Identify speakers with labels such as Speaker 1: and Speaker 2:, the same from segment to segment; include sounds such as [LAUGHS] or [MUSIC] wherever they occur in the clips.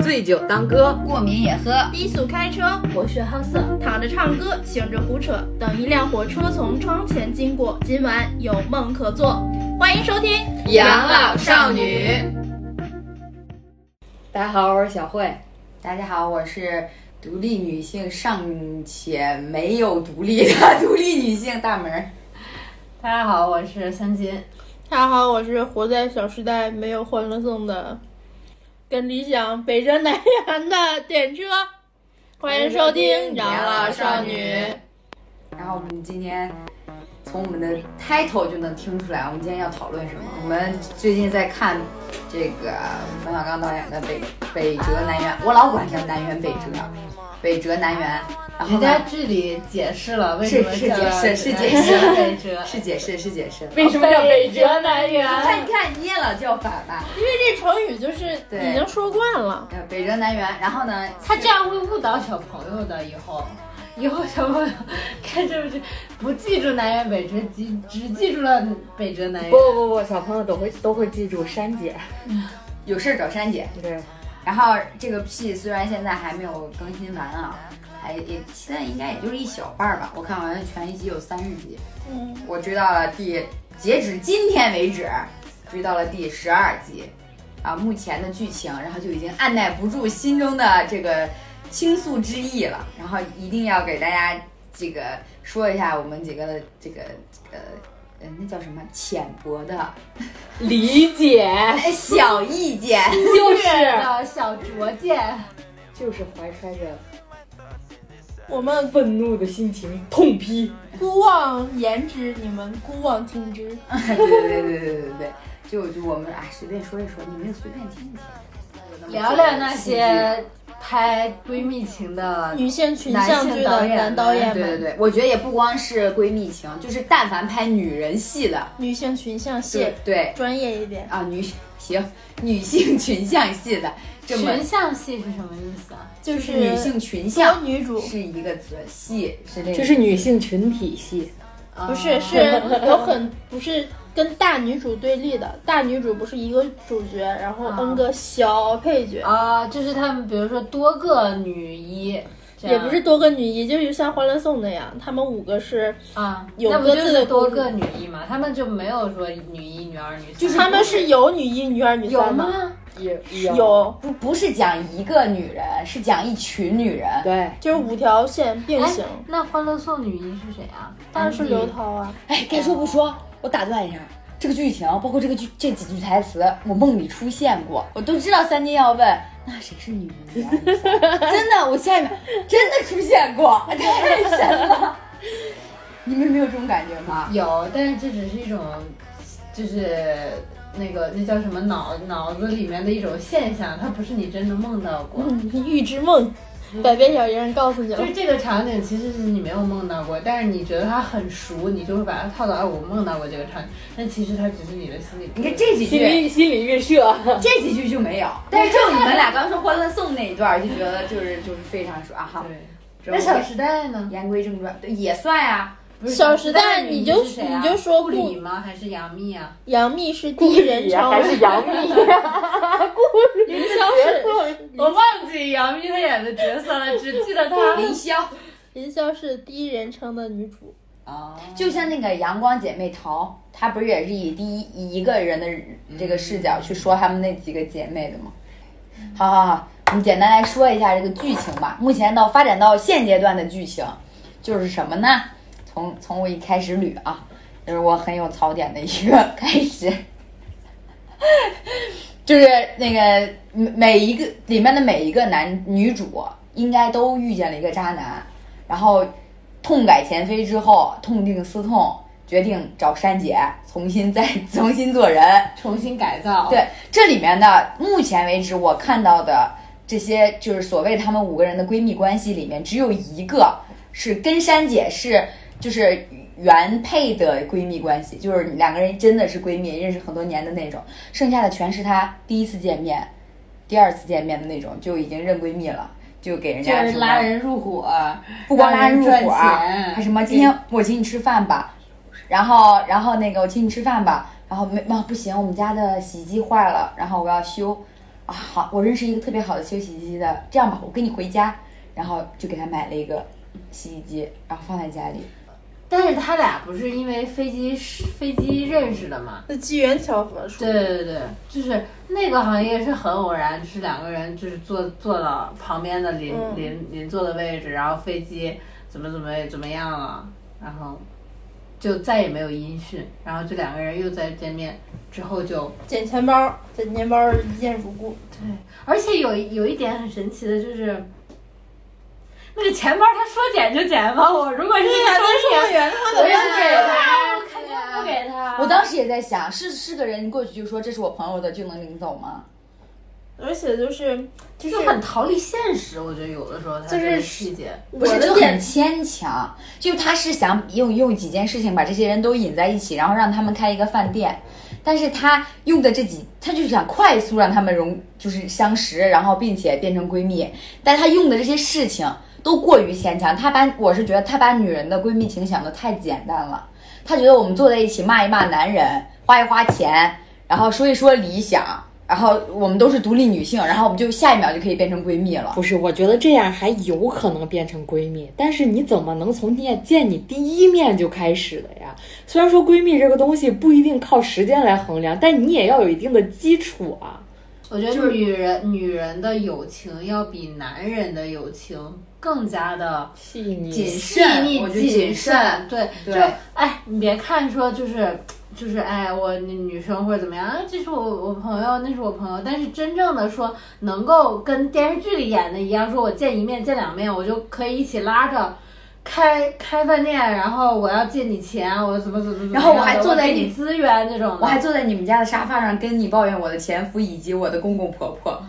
Speaker 1: 醉酒当歌，
Speaker 2: 过敏也喝。
Speaker 3: 低速开车，博学好色，躺着唱歌，醒着胡扯。等一辆火车从窗前经过，今晚有梦可做。欢迎收听《
Speaker 1: 养老少女》。大家好，我是小慧。
Speaker 2: 大家好，我是独立女性尚且没有独立的 [LAUGHS] 独立女性大门儿。
Speaker 4: 大家好，我是三金。
Speaker 3: 大家好，我是活在小时代没有欢乐颂的，跟理想北辙南辕的电车。欢迎收听《养老少女》。
Speaker 2: 然后我们今天从我们的 title 就能听出来，我们今天要讨论什么。我们最近在看这个冯小刚导演的《北北辙南辕》，我老管叫南辕北辙，北辙南辕。然后
Speaker 4: 人
Speaker 2: 呢
Speaker 4: 家剧里解释了为什
Speaker 2: 是
Speaker 4: 么
Speaker 2: 是
Speaker 4: 叫
Speaker 2: 解释是解
Speaker 4: 南
Speaker 2: 释
Speaker 4: 辕北
Speaker 2: [LAUGHS]
Speaker 4: 辙，
Speaker 2: 是解释是解释。
Speaker 4: 为什么叫北辙南
Speaker 2: 你看
Speaker 4: 辕？
Speaker 2: 你看，你也老叫反吧？
Speaker 3: 因为这成语就是
Speaker 2: 对
Speaker 3: 已经说惯了，
Speaker 2: 呃，北辙南辕。然后呢，
Speaker 4: 他这样会误导小朋友的，以后。以后小朋友看这部剧不记住南辕北辙，记只记住了北辙南
Speaker 1: 不
Speaker 4: 辕。
Speaker 1: 不不不，小朋友都会都会记住珊姐。
Speaker 2: 有事儿找珊姐。
Speaker 1: 对，
Speaker 2: 然后这个屁虽然现在还没有更新完啊，还也现在应该也就是一小半儿吧。我看好像全一集有三十集，
Speaker 3: 嗯，
Speaker 2: 我追到了第截止今天为止，追到了第十二集，啊，目前的剧情，然后就已经按耐不住心中的这个倾诉之意了，然后一定要给大家这个说一下我们几个的这个这个呃那叫什么浅薄的
Speaker 1: 理解
Speaker 2: 哎小意见。
Speaker 1: 就是
Speaker 4: 的小拙见，
Speaker 1: 就是怀揣着
Speaker 3: 我们
Speaker 1: 愤怒的心情痛批。
Speaker 3: 姑妄言之，你们姑妄听之。
Speaker 2: [LAUGHS] 对对对对对对对，就就我们哎随便说一说，你们就随便听一听，有那么
Speaker 4: 聊聊那些拍闺蜜情的
Speaker 3: 女性群像剧的男导
Speaker 2: 几
Speaker 3: 演
Speaker 2: 句。对对
Speaker 3: 们，
Speaker 2: 对，我觉得也不光是闺蜜情，就是但凡拍女人戏的，
Speaker 3: 女性群像戏
Speaker 2: 对对
Speaker 3: 专业一点，
Speaker 2: 啊女 [LAUGHS] 行女性群像戏的，这么
Speaker 4: 群像戏是什么意思啊？
Speaker 3: 就
Speaker 2: 就是
Speaker 3: 是
Speaker 2: 女性群
Speaker 3: 多
Speaker 2: 像
Speaker 3: 女主，
Speaker 2: 是一个词，戏是这个，
Speaker 1: 就是女性群体戏，
Speaker 2: 啊
Speaker 3: 不是是有很不是跟大女主对立的，大女主不是一个主角，然后
Speaker 4: 啊
Speaker 3: n 个小配角，
Speaker 4: 啊，就是他们，比如说多个女一，这
Speaker 3: 也
Speaker 4: 样
Speaker 3: 不是多个女一，就是像《欢乐颂》那样，她们五个是，
Speaker 4: 啊，
Speaker 3: 有
Speaker 4: 那不
Speaker 3: 各
Speaker 4: 就
Speaker 3: 自的
Speaker 4: 是多
Speaker 3: 故事
Speaker 4: 个女一嘛？他们就没有说女一、女二、女三，
Speaker 2: 就是
Speaker 3: 她们是有女一、女二、女
Speaker 2: 有
Speaker 3: 三的，
Speaker 2: 吗？
Speaker 1: 有
Speaker 3: 有，
Speaker 2: 不不是讲一个女人，是讲一群女人。
Speaker 1: 对，
Speaker 3: 就是五条线并行
Speaker 4: 哎。。那《欢乐颂》女一是谁啊？
Speaker 3: 当然是刘涛啊，
Speaker 2: 哎，该说不说，我打断一下，这个剧情包括这个剧这几句台词，我梦里出现过，我都知道三金要问。那谁是女人呀？啊 [LAUGHS] 真的，我下一秒真的出现过，太神了！ [LAUGHS] 你们没有这种感觉吗？
Speaker 4: 有，但是这只是一种，就是那个那叫什么脑脑子里面的一种现象，它不是你真的梦到过。
Speaker 3: 嗯预知梦， [LAUGHS] 百变小樱告诉你
Speaker 4: 就
Speaker 3: 了
Speaker 4: 是。这个场景，其实是你没有梦到过，但是你觉得它很熟，你就会把它套到哎，我梦到过这个场景，但其实它只是你的心理。
Speaker 2: 你看这几
Speaker 1: 心
Speaker 2: 句，
Speaker 1: 理心理预设。
Speaker 2: 这几句就没 [LAUGHS] 有，但是就你们俩刚说《欢乐颂》那一段，就觉得就是就是非常爽哈。
Speaker 4: 对，
Speaker 2: 之后
Speaker 4: 那《小时代》呢？
Speaker 2: 言归正传，对，也算呀、
Speaker 4: 不是
Speaker 3: 小时代
Speaker 4: 女
Speaker 3: 你就是
Speaker 4: 谁啊
Speaker 3: 你就说
Speaker 4: 顾
Speaker 3: 顾
Speaker 4: 里吗？还是杨幂啊？
Speaker 3: 杨幂是第一人称，
Speaker 1: 啊还是杨 [LAUGHS] 幑？
Speaker 3: 凌霄是
Speaker 4: 我忘记杨幂她演的角色了，只记得她。
Speaker 2: 凌霄，
Speaker 3: 凌霄是第一人称的女主，
Speaker 4: 哦，
Speaker 2: 就像那个《阳光姐妹淘》，她不是也是以第一以一个人的这个视角去说她们那几个姐妹的吗？好好好，我们简单来说一下这个剧情吧。目前到发展到现阶段的剧情，就是什么呢？从从我一开始捋啊，就是我很有槽点的一个开始，就是那个每每一个里面的每一个男女主应该都遇见了一个渣男，然后痛改前非之后，痛定思痛，决定找珊姐重新再 [LAUGHS] 重新做人。
Speaker 4: 重新改造。，
Speaker 2: 对，这里面的目前为止我看到的这些，就是所谓她们五个人的闺蜜关系里面，只有一个是跟珊姐是就是原配的闺蜜关系，就是两个人真的是闺蜜，认识很多年的那种，剩下的全是她第一次见面、第二次见面的那种，就已经认闺蜜了。就给人
Speaker 4: 就
Speaker 2: 家
Speaker 4: 是
Speaker 2: 什么
Speaker 4: 拉人入伙，
Speaker 2: 不光拉人入
Speaker 4: 让人
Speaker 2: 伙啊
Speaker 4: 赚钱，
Speaker 2: 还什么今天我请你吃饭吧，然后然后那个我请你吃饭吧，然后没啊不行，我们家的洗衣机坏了，然后我要修，啊，好，我认识一个特别好的修洗衣机的，这样吧，我跟你回家，然后就给他买了一个洗衣机，然后放在家里。
Speaker 4: 但是他俩不是因为飞机飞机认识的嘛？
Speaker 3: 那机缘巧合说
Speaker 4: 对对对，就是那个行业是很偶然，就是两个人就是坐坐到旁边的邻、
Speaker 3: 嗯
Speaker 4: 邻邻座的位置，然后飞机怎么怎么怎么样了，然后就再也没有音讯，然后这两个人又再见面之后就
Speaker 3: 捡钱包，捡钱包一见如故。
Speaker 4: 对，而且有有一点很神奇的就是。那个钱包，他说捡就捡吧。我如果是
Speaker 3: 对呀、
Speaker 4: 说
Speaker 3: 那售货
Speaker 4: 捡，
Speaker 3: 员他
Speaker 4: 我
Speaker 3: 怎么
Speaker 4: 要
Speaker 3: 样
Speaker 4: 给他，我肯定不给他。
Speaker 2: 我当时也在想，是是个人过去就说这是我朋友的，就能领走吗？
Speaker 3: 而且就是就
Speaker 4: 就是很逃离现实，我觉得有的时候他
Speaker 3: 就是
Speaker 4: 这个细节，
Speaker 2: 不是，
Speaker 3: 我的
Speaker 2: 就
Speaker 3: 点
Speaker 2: 很牵强。就他是想用用几件事情把这些人都引在一起，然后让他们开一个饭店。但是他用的这几，他就是想快速让他们融，就是相识，然后并且变成闺蜜。但他用的这些事情都过于牵强。他把我是觉得他把女人的闺蜜情想的太简单了。他觉得我们坐在一起骂一骂男人，花一花钱，然后说一说理想，然后我们都是独立女性，然后我们就下一秒就可以变成闺蜜了。
Speaker 1: 不是，我觉得这样还有可能变成闺蜜，但是你怎么能从见见你第一面就开始的呀？虽然说闺蜜这个东西不一定靠时间来衡量，但你也要有一定的基础啊。
Speaker 4: 我觉得女人女人的友情要比男人的友情更加的
Speaker 1: 细腻
Speaker 4: 谨
Speaker 2: 慎
Speaker 4: 细
Speaker 2: 我
Speaker 4: 腻、
Speaker 2: 觉得谨
Speaker 4: 谨
Speaker 2: 慎
Speaker 4: 对，
Speaker 2: 对
Speaker 4: 就哎，你别看说就是就是哎，我女生或者怎么样，啊，这是我我朋友，那是我朋友，但是真正的说能够跟电视剧里演的一样，说我见一面见两面，我就可以一起拉着。开开饭店，然后我要借你钱，我怎么怎么怎么样的，
Speaker 2: 然后我还坐在
Speaker 4: 给
Speaker 2: 你
Speaker 4: 你资源这种的，
Speaker 2: 我还坐在你们家的沙发上跟你抱怨我的前夫以及我的公公婆婆。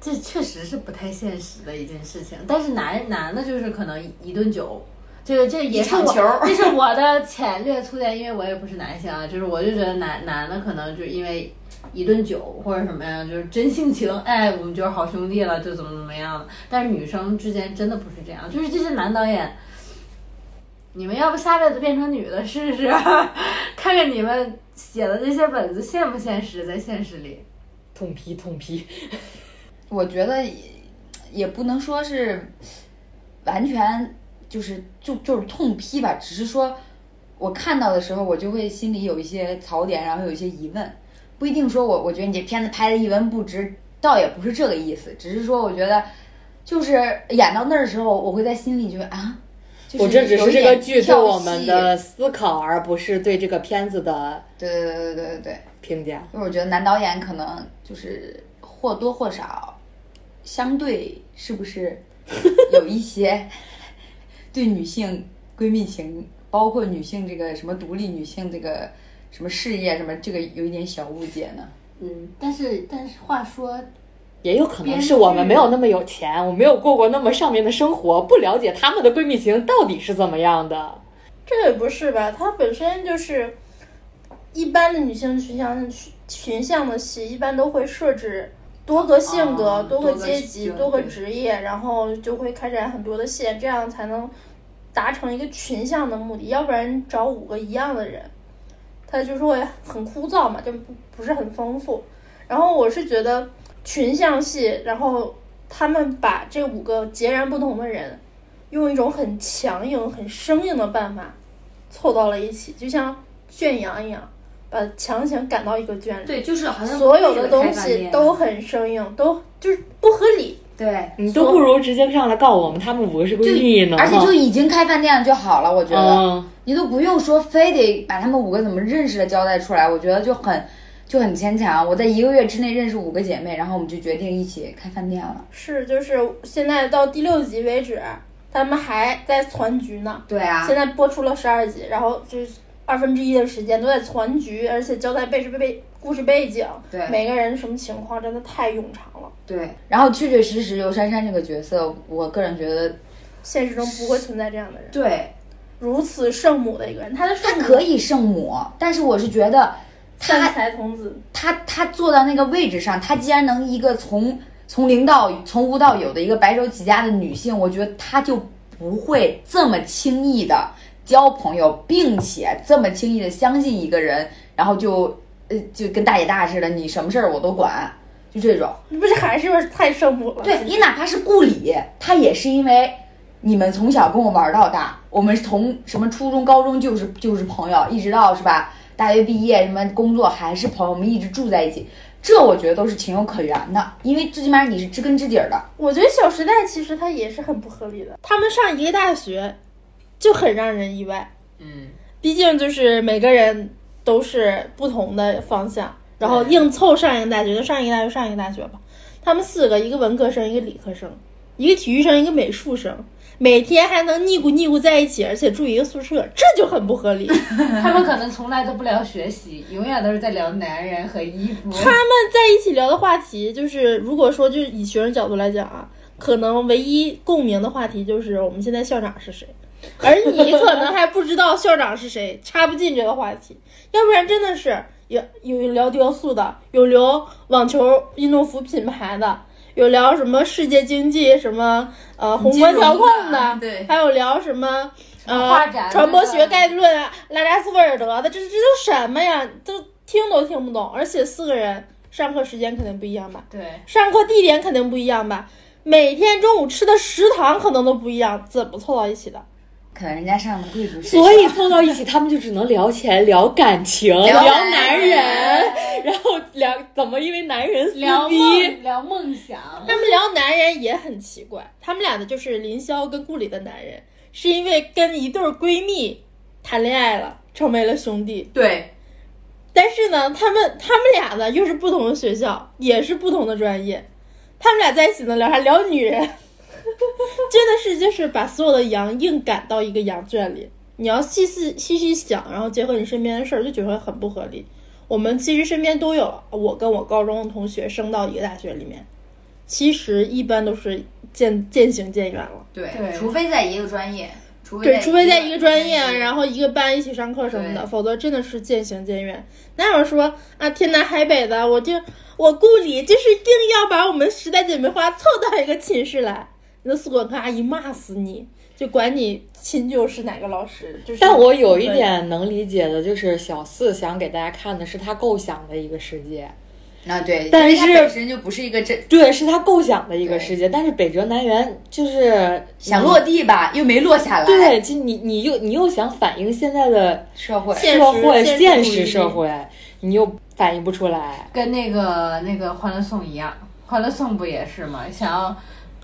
Speaker 4: 这确实是不太现实的一件事情，但是男男的就是可能一顿酒，这个这也
Speaker 2: 一
Speaker 4: 是
Speaker 2: 场
Speaker 4: 我
Speaker 2: 球儿
Speaker 4: 这是我的浅略粗见，因为我也不是男性啊，就是我就觉得男男的可能就因为一顿酒或者什么呀，就是真性情，哎，我们就是好兄弟了，就怎么怎么样了。但是女生之间真的不是这样，就是这些男导演，你们要不下辈子变成女的试 [LAUGHS] 试，看看你们写的这些本子现不现实，在现实里。
Speaker 1: 痛批痛批，
Speaker 2: 我觉得也也不能说是完全就是就就是痛批吧，只是说我看到的时候，我就会心里有一些槽点，然后有一些疑问，不一定说我我觉得你这片子拍的一文不值，倒也不是这个意思，只是说我觉得就是演到那儿的时候，我会在心里觉得啊。就是
Speaker 1: 我这只
Speaker 2: 有
Speaker 1: 是
Speaker 2: 一
Speaker 1: 这个
Speaker 2: 点
Speaker 1: 剧对
Speaker 2: 跳
Speaker 1: 我们
Speaker 2: 戏
Speaker 1: 的思考，而不是对这个片子的
Speaker 2: 对对对对对对对，
Speaker 1: 评价。
Speaker 2: 因为我觉得男导演可能就是或多或少，相对是不
Speaker 1: [LAUGHS]
Speaker 2: 是有一些对女性闺蜜情，包括女性这个什么独立女性这个什么事业什么这个有一点小误解呢？
Speaker 4: 嗯，但是但是话说，
Speaker 1: 也有可能是我们没有那么有钱，我没有过过那么上面的生活，不了解她们的闺蜜情到底是怎么样的。
Speaker 3: 这也不是吧？它本身就是一般的女性群像群像的戏，一般都会设置多个性格、
Speaker 4: 啊
Speaker 3: 哦多
Speaker 4: 多
Speaker 3: 个
Speaker 4: 个
Speaker 3: 阶级、
Speaker 4: 性
Speaker 3: 多个
Speaker 4: 对
Speaker 3: 职业，然后就会开展很多的线，这样才能达成一个群像的目的。要不然找五个一样的人，它就是会很枯燥嘛，就不不是很丰富。然后我是觉得群像戏，然后他们把这五个截然不同的人，用一种很强硬、很生硬的办法凑到了一起，就像圈羊一样，把强行赶到一个圈里。
Speaker 4: 对，就是好像
Speaker 3: 所有的东西都很生硬，都就是不合理。
Speaker 2: 对，
Speaker 1: 你都不如直接上来告我们她们五个是闺蜜呢。
Speaker 2: 而且就已经开饭店了就好了，我觉得、
Speaker 1: 嗯，
Speaker 2: 你都不用说非得把他们五个怎么认识的交代出来，我觉得就很就很牵强。我在一个月之内认识五个姐妹，然后我们就决定一起开饭店了。
Speaker 3: 是，就是现在到第六集为止，他们还在攒局呢。
Speaker 2: 对啊，
Speaker 3: 现在播出了十二集，然后就是二分之一的时间都在攒局，而且交代背是背故事背景，
Speaker 2: 对
Speaker 3: 每个人什么情况，真的太冗长了。
Speaker 2: 对，然后确确实实刘珊珊这个角色，我个人觉得
Speaker 3: 现实中不会存在这样的人，
Speaker 2: 对，
Speaker 3: 如此圣母的一个人，他的
Speaker 2: 她
Speaker 3: 圣母
Speaker 2: 可以圣母，但是我是觉得
Speaker 3: 善
Speaker 2: 她
Speaker 3: 财童子，
Speaker 2: 她她坐到那个位置上，她既然能一个从从零到从无到有的一个白手起家的女性，我觉得她就不会这么轻易的交朋友，并且这么轻易的相信一个人，然后就呃就跟大姐大似的，你什么事儿我都管。就这种。
Speaker 3: 你不是还是有点太圣母了？
Speaker 2: 对你哪怕是顾里，他也是因为你们从小跟我玩到大，我们是从什么初中、高中就是就是朋友，一直到是吧？大学毕业什么工作还是朋友，我们一直住在一起，这我觉得都是情有可原的，因为最起码你是知根知底儿的。
Speaker 3: 我觉得《小时代》其实它也是很不合理的。他们上一个大学，就很让人意外。
Speaker 4: 嗯，
Speaker 3: 毕竟就是每个人都是不同的方向，然后硬凑上一个大学就上一个大学上一个大学吧。他们四个，一个文科生，一个理科生，一个体育生，一个美术生，每天还能腻咕腻咕在一起，而且住一个宿舍，这就很不合理。
Speaker 4: 他们可能从来都不聊学习，永远都是在聊男人和衣服。
Speaker 3: 他们在一起聊的话题，就是如果说就是以学生角度来讲啊，可能唯一共鸣的话题就是我们现在校长是谁，而你可能还不知道校长是谁，插不进这个话题，要不然真的是有有聊雕塑的，有聊网球运动服品牌的。有聊什么世界经济什么呃宏观调控的，
Speaker 2: 金融的对
Speaker 3: 还有聊什么
Speaker 4: 画
Speaker 3: 呃
Speaker 4: 展的
Speaker 3: 传播学概论啊，拉扎斯菲尔德的，这这都什么呀？都听都听不懂，而且四个人上课时间肯定不一样吧，
Speaker 4: 对，
Speaker 3: 上课地点肯定不一样吧，每天中午吃的食堂可能都不一样，怎么凑到一起的？
Speaker 2: 可能人家上的贵族学校，
Speaker 1: 所以凑到一起，他们就只能聊钱、聊感情、聊
Speaker 2: 男
Speaker 1: 男人，然后聊怎么因为男人撕
Speaker 4: 聊
Speaker 1: 逼。
Speaker 4: 梦聊梦想，
Speaker 3: 他们聊男人也很奇怪，他们俩的就是林霄跟顾里的男人，是因为跟一对儿闺蜜谈恋爱了，成为了兄弟。
Speaker 2: 对，
Speaker 3: 但是呢，他们他们俩呢又是不同的学校，也是不同的专业，他们俩在一起呢聊还聊女人，真的是就是把所有的羊硬赶到一个羊圈里。你要细细细细想，然后结合你身边的事儿，就觉得很不合理。我们其实身边都有，我跟我高中的同学升到一个大学里面，其实一般都是渐渐行渐远了。
Speaker 2: 对
Speaker 4: 对
Speaker 2: 除非在一个专业，除
Speaker 3: 对，除非在一个专业，啊
Speaker 1: 嗯
Speaker 3: 然
Speaker 2: 后
Speaker 3: 后一个班一起上课什么的，
Speaker 2: 对
Speaker 3: 否则真的是渐行渐远。哪有说啊天南海北的，我就我顾里就是硬要把我们十代姐妹花凑到一个寝室来，那宿管科阿姨骂死你，就管你亲舅是哪个老师。就是、
Speaker 1: 但我有一，点能理解的，就是小四想给大家看的是他构想的一个世界，
Speaker 2: 啊对，因
Speaker 1: 但
Speaker 2: 为它
Speaker 1: 是
Speaker 2: 本身就不是一个真
Speaker 1: 对，是他构想的一个
Speaker 2: 对
Speaker 1: 世界。但是北辙南辕就是
Speaker 2: 想落地吧，又没落下来，
Speaker 1: 对，就你你又你又想反映现在的
Speaker 2: 社会
Speaker 3: 现实
Speaker 1: 社会
Speaker 3: 现实
Speaker 1: 现
Speaker 3: 主义
Speaker 1: 实社会，你又反映不出来。
Speaker 4: 跟那个那个《欢乐颂》一样，《欢乐颂》不也是吗？想要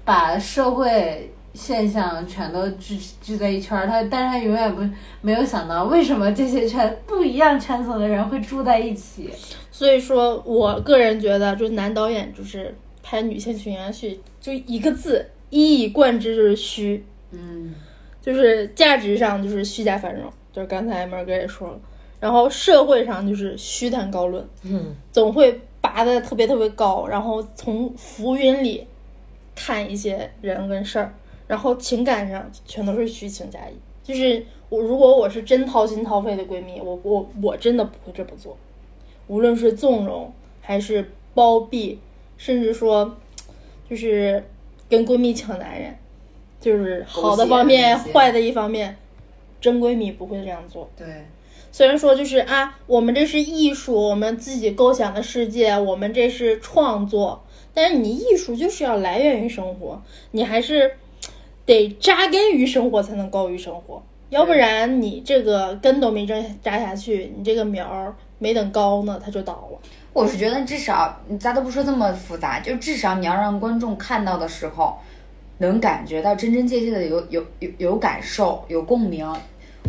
Speaker 4: 把社会现象全都聚聚在一圈儿，他但是他永远不没有想到为什么这些圈不一样圈层的人会住在一起。
Speaker 3: 所以说我个人觉得，就男导演就是拍女性群像剧，就一个字一以贯之就是虚。
Speaker 4: 嗯，
Speaker 3: 就是价值上就是虚假繁荣，就是刚才门哥也说了，然后社会上就是虚谈高论，
Speaker 1: 嗯，
Speaker 3: 总会拔得特别特别高，然后从浮云里看一些人跟事儿，然后情感上全都是虚情假意。就是我如果我是真掏心掏肺的闺蜜，我我我真的不会这么做，无论是纵容还是包庇，甚至说就是跟闺蜜抢男人，就是好的方面
Speaker 4: 狗血那些
Speaker 3: 坏的一方面，真闺蜜不会这样做。
Speaker 4: 对，
Speaker 3: 虽然说就是啊，我们这是艺术，我们自己构想的世界，我们这是创作，但是你艺术就是要来源于生活，你还是得扎根于生活才能高于生活，要不然你这个根都没扎扎下去，你这个苗儿没等高呢，它就倒了。
Speaker 2: 我是觉得至少咱都不说这么复杂，就至少你要让观众看到的时候，能感觉到真真切切的有有有有感受，有共鸣。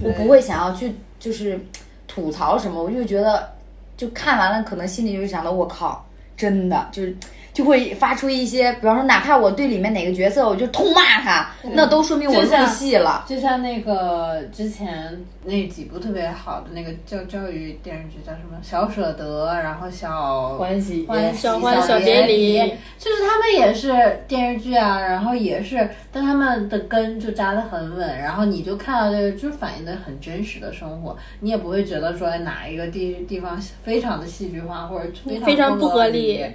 Speaker 2: 我不会想要去就是吐槽什么，我就觉得就看完了，可能心里就想到我靠，真的就是。就会发出一些，比方说，哪怕我对里面哪个角色，我就痛骂他，那都说明我
Speaker 4: 嗯就像
Speaker 2: 入戏了。
Speaker 4: 就像那个之前那几部特别好的那个教教育电视剧叫什么《小舍得》，然后小
Speaker 1: 欢喜
Speaker 4: 欢喜
Speaker 3: 小欢
Speaker 4: 小
Speaker 3: 小别
Speaker 4: 别
Speaker 3: 离
Speaker 4: 就是他们也是电视剧啊，然后也是，但他们的根就扎得很稳，然后你就看到这个，就是反映的很真实的生活，你也不会觉得说哎哪一个地地方非常的戏剧化或者非常
Speaker 3: 非常不合理
Speaker 4: 理。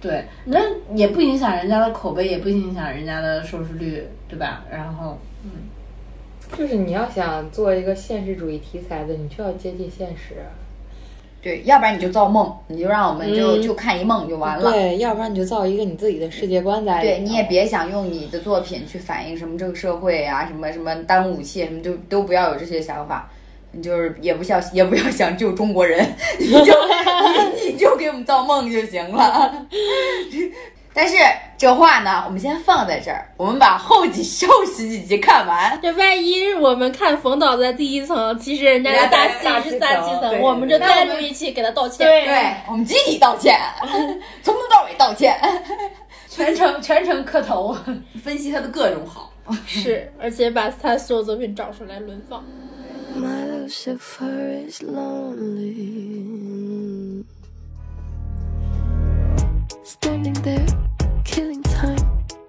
Speaker 4: 对，那也不影响人家的口碑，也不影响人家的收视率，对吧？然后，嗯，
Speaker 1: 就是你要想做一个现实主义题材的，你就要接近现实。
Speaker 2: 对，要不然你就造梦，你就让我们就、
Speaker 1: 嗯
Speaker 2: 就看一梦就完了。
Speaker 1: 对，要不然你就造一个你自己的世界观在里头。
Speaker 2: 对，你也别想用你的作品去反映什么这个社会啊，什么什么当武器，什么就都不要有这些想法。你就是也不想也不要想救中国人， [LAUGHS] 你就你你就给我们造梦就行了。 [LAUGHS] 但是这话呢，我们先放在这儿，我们把后几后十几集看完。
Speaker 5: 这万一我们看冯导在第一层，其实人家
Speaker 2: 人家
Speaker 5: 在大
Speaker 2: 在
Speaker 1: 大
Speaker 5: 气
Speaker 1: 气
Speaker 5: 是大
Speaker 1: 层
Speaker 5: 气
Speaker 1: 对对
Speaker 5: 层，我们就
Speaker 2: 对
Speaker 5: 单独一期给他道歉。
Speaker 2: 对，我们集体道歉， [LAUGHS] 从头到尾道歉，
Speaker 4: 全程全程磕头。
Speaker 2: [LAUGHS] 分析他的各种好。
Speaker 5: 是，而且把他所有作品找出来轮放。
Speaker 6: My Lucifer is lonely. Standing there, killing time.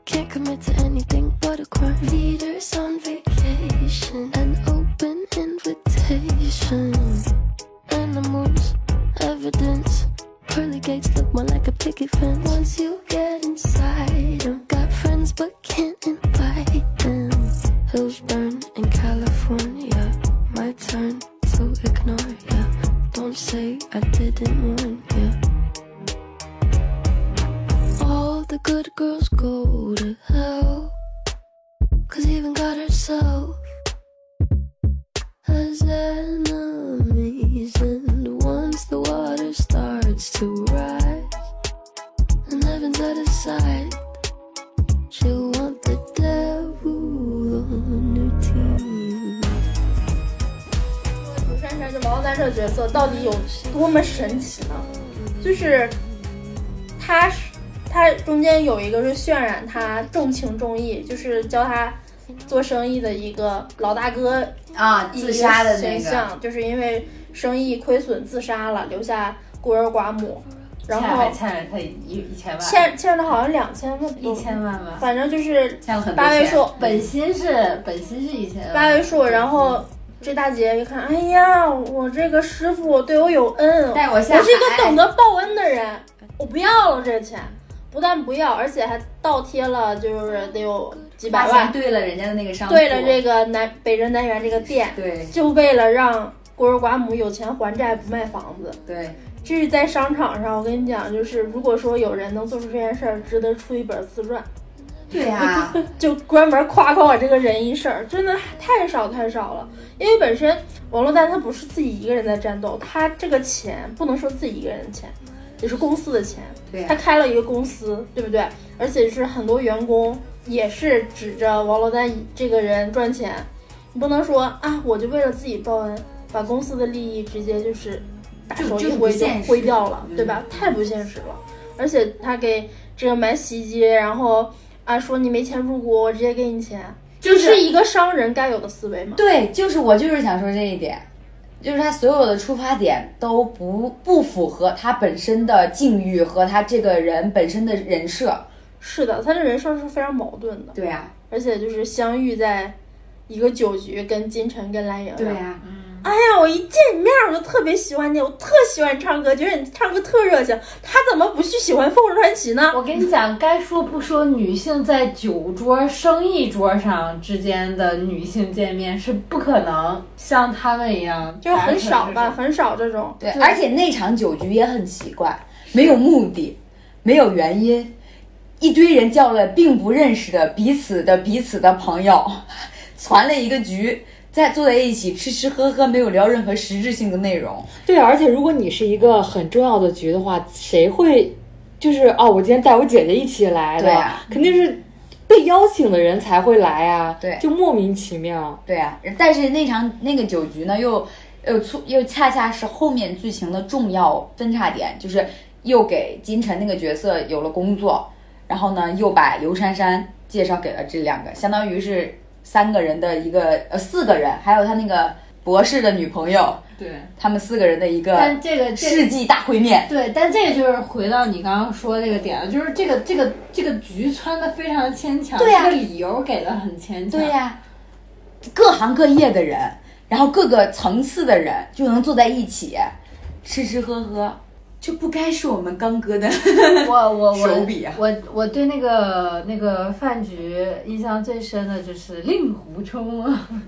Speaker 6: Can't commit to anything but a crime. Leaders on vacation. An open invitation. Animals, evidence. Pearly gates look more like a picket fence. Once you get inside 'em, got friends but can't invite them. Hills burn in California. My turn to ignore ya. Don't say I didn't warn ya. All the good girls go to hell. Cause even God herself has enemies, and once the water starts to rise, and heaven's out of sight, she'll want the devil on her team.
Speaker 3: 涂珊珊就毛丹这个角色到底有多么神奇呢？就是他是他中间有一个是渲染他重情重义，就是教他做生意的一个老大哥
Speaker 2: 啊，
Speaker 3: 一
Speaker 2: 自杀的那
Speaker 3: 形
Speaker 2: 个，
Speaker 3: 象，就是因为生意亏损自杀了，留下孤儿寡母，然
Speaker 4: 欠了
Speaker 3: 后
Speaker 4: 欠了他一一千万，
Speaker 3: 欠欠了好像两千万
Speaker 4: 一
Speaker 3: 多，
Speaker 4: 千万吧，
Speaker 3: 反正就是
Speaker 2: 欠了很多
Speaker 3: 八位
Speaker 2: 钱。
Speaker 3: 数，
Speaker 4: 本心是本心是一千万，
Speaker 3: 八位数，然后。这大姐一看，哎呀，我这个师傅对我有恩，
Speaker 2: 带我下海，
Speaker 3: 我是一个懂得报恩的人，我不要了这个钱，不但不要，而且还倒贴了，就是得有几
Speaker 2: 把
Speaker 3: 百
Speaker 2: 钱
Speaker 3: 万，
Speaker 2: 兑了人家的那个商铺，
Speaker 3: 对了这个南北辰南园这个店，
Speaker 2: 对
Speaker 3: 就为了让孤儿寡母有钱还债不卖房子。
Speaker 2: 对，
Speaker 3: 这是在商场上，我跟你讲，就是如果说有人能做出这件事儿，值得出一本自传，
Speaker 2: 对呀、
Speaker 3: 就专门夸夸我这个人一事儿，真的太少太少了。因为本身王珞丹她不是自己一个人在战斗，她这个钱不能说自己一个人的钱，也是公司的钱。
Speaker 2: 对呀、啊
Speaker 3: 她开了一个公司，对不对？而且是很多员工也是指着王珞丹这个人赚钱，你不能说啊，我就为了自己报恩，把公司的利益直接就是打
Speaker 2: 就
Speaker 3: 手
Speaker 2: 就
Speaker 3: 一
Speaker 2: 不
Speaker 3: 挥就
Speaker 2: 现实
Speaker 3: 挥掉了，
Speaker 2: 嗯
Speaker 3: 对吧？太不现实了。而且他给这个买洗衣机，然后啊说你没钱入股，我直接给你钱，
Speaker 2: 就
Speaker 3: 这是一个商人该有的思维嘛？
Speaker 2: 对，就是我就是想说这一点，就是他所有的出发点都不不符合他本身的境遇和他这个人本身的人设。
Speaker 3: 是的，他这人设是非常矛盾的，
Speaker 2: 对啊呀、
Speaker 3: 而且就是相遇在一个酒局，跟金晨跟蓝莹，
Speaker 2: 对啊呀、
Speaker 3: 哎呀，我一见你面我就特别喜欢你，我特喜欢你唱歌，觉得你唱歌特热情。他怎么不去喜欢凤凰传奇呢？
Speaker 4: 我跟你讲，该说不说，女性在酒桌、生意桌上之间的女性见面是不可能像她们一样，
Speaker 3: 就是很少
Speaker 4: 达
Speaker 3: 吧，
Speaker 4: 成
Speaker 3: 很少这种。
Speaker 2: 对，而且那场酒局也很奇怪，没有目的，没有原因，一堆人叫了并不认识的彼此的彼此的朋友， [LAUGHS] 攒了一个局，在坐在一起吃吃喝喝，没有聊任何实质性的内容。
Speaker 1: 对，啊而且如果你是一个很重要的局的话，谁会就是哦，我今天带我姐姐一起来的，
Speaker 2: 对啊
Speaker 1: 肯定是被邀请的人才会来啊，
Speaker 2: 对
Speaker 1: 就莫名其妙。
Speaker 2: 对啊，但是那场那个酒局呢，又又促又恰恰是后面剧情的重要分叉点，就是又给金晨那个角色有了工作，然后呢，又把尤珊珊介绍给了这两个，相当于是三个人的一个呃四个人，还有他那个博士的女朋友，
Speaker 4: 对，
Speaker 2: 他们四个人的一个
Speaker 4: 但这个这
Speaker 2: 世纪大会面。
Speaker 4: 对，但这个就是回到你刚刚说这个点了，就是这个这个这个局穿的非常的牵强，
Speaker 2: 对呀
Speaker 4: 这个理由给的很牵强，
Speaker 2: 对呀、各行各业的人，然后各个层次的人就能坐在一起，吃吃喝喝，这不该是我们刚哥 [LAUGHS] 的
Speaker 4: 我我我
Speaker 2: 手笔啊
Speaker 4: 我我对那个那个饭局印象最深的就是令狐冲，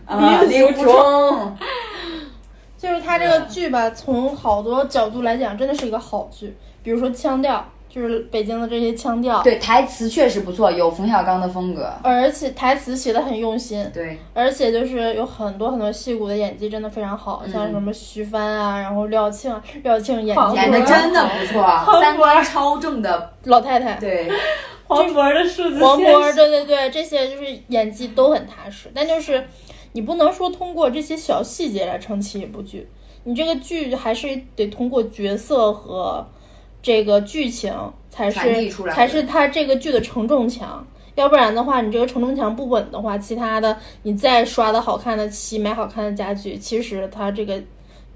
Speaker 2: 啊，令狐冲，
Speaker 5: 就是
Speaker 3: 他这个剧吧，从好多角度来讲，真的是一个好剧。比如说腔调，就是北京的这些腔调，
Speaker 2: 对台词确实不错，有冯小刚的风格。
Speaker 3: 而且台词写的很用心，
Speaker 2: 对，
Speaker 3: 而且就是有很多很多戏骨的演技真的非常好，像什么徐帆啊，然后廖庆，廖庆演
Speaker 4: 黄
Speaker 3: 技
Speaker 4: 渤
Speaker 2: 演的真的不错，三观超正的，
Speaker 3: 老太太，
Speaker 2: 对，
Speaker 4: 黄渤的
Speaker 2: [LAUGHS]
Speaker 4: 数字
Speaker 3: 黄渤，对对对，这些就是演技都很踏实，但就是你不能说通过这些小细节来撑起一部剧，你这个剧还是得通过角色和这个剧情才
Speaker 2: 传递
Speaker 3: 是
Speaker 2: 出来的
Speaker 3: 才是它这个剧的承重墙。要不然的话，你这个承重墙不稳的话，其他的你再刷的好看的戏，买好看的家具，其实它这个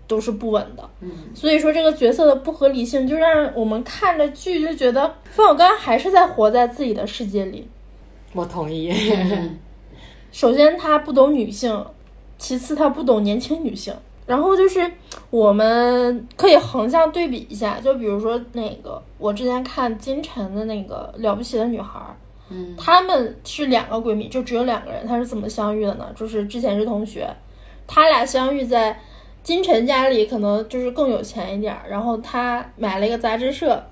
Speaker 3: 都是不稳的。
Speaker 2: 嗯，
Speaker 3: 所以说这个角色的不合理性，就让我们看着剧就觉得冯小刚还是在活在自己的世界里。
Speaker 1: 我同意。
Speaker 2: 嗯
Speaker 3: 首先他不懂女性，其次他不懂年轻女性。然后就是我们可以横向对比一下，就比如说那个我之前看金晨的那个《了不起的女孩》，
Speaker 2: 嗯，
Speaker 3: 她们是两个闺蜜，就只有两个人，她是怎么相遇的呢？就是之前是同学，她俩相遇在金晨家里，可能就是更有钱一点儿，然后她买了一个杂志社，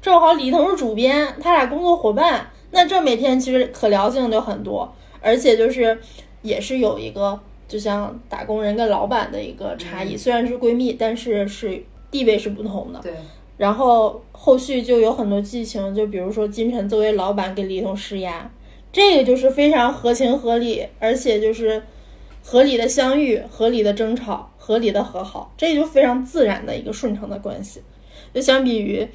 Speaker 3: 正好李彤是主编，他俩工作伙伴，那这每天其实可聊性就很多，而且就是也是有一个就像打工人跟老板的一个差异，虽然是闺蜜，但是是地位是不同的。
Speaker 2: 对，
Speaker 3: 然后后续就有很多剧情，就比如说金晨作为老板给李彤施压，这个就是非常合情合理，而且就是合理的相遇、合理的争吵、合理的和好，这就非常自然的一个顺承的关系。就相比于，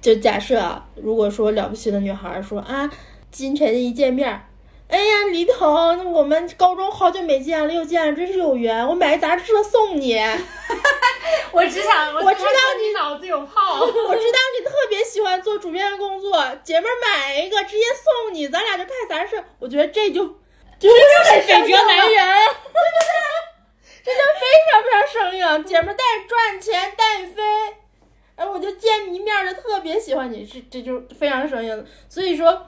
Speaker 3: 就假设啊，如果说了不起的女孩说啊，金晨一见面儿。哎呀，李彤，我们高中好久没见了，又见了，真是有缘。我买一杂志社送你，
Speaker 4: 我只想，我
Speaker 3: 我知道
Speaker 4: 你脑子有
Speaker 3: [LAUGHS]
Speaker 4: 泡。
Speaker 3: 我知道你特别喜欢做主编的工作，姐妹儿买一个直接送你，咱俩就派杂志。我觉得这就就是就是
Speaker 1: 北辙南辕。
Speaker 3: [LAUGHS] 这就非常非常生硬。姐妹儿带你赚钱，带你飞，哎，我就见你一面儿就特别喜欢你，这这就是非常生硬的。所以说，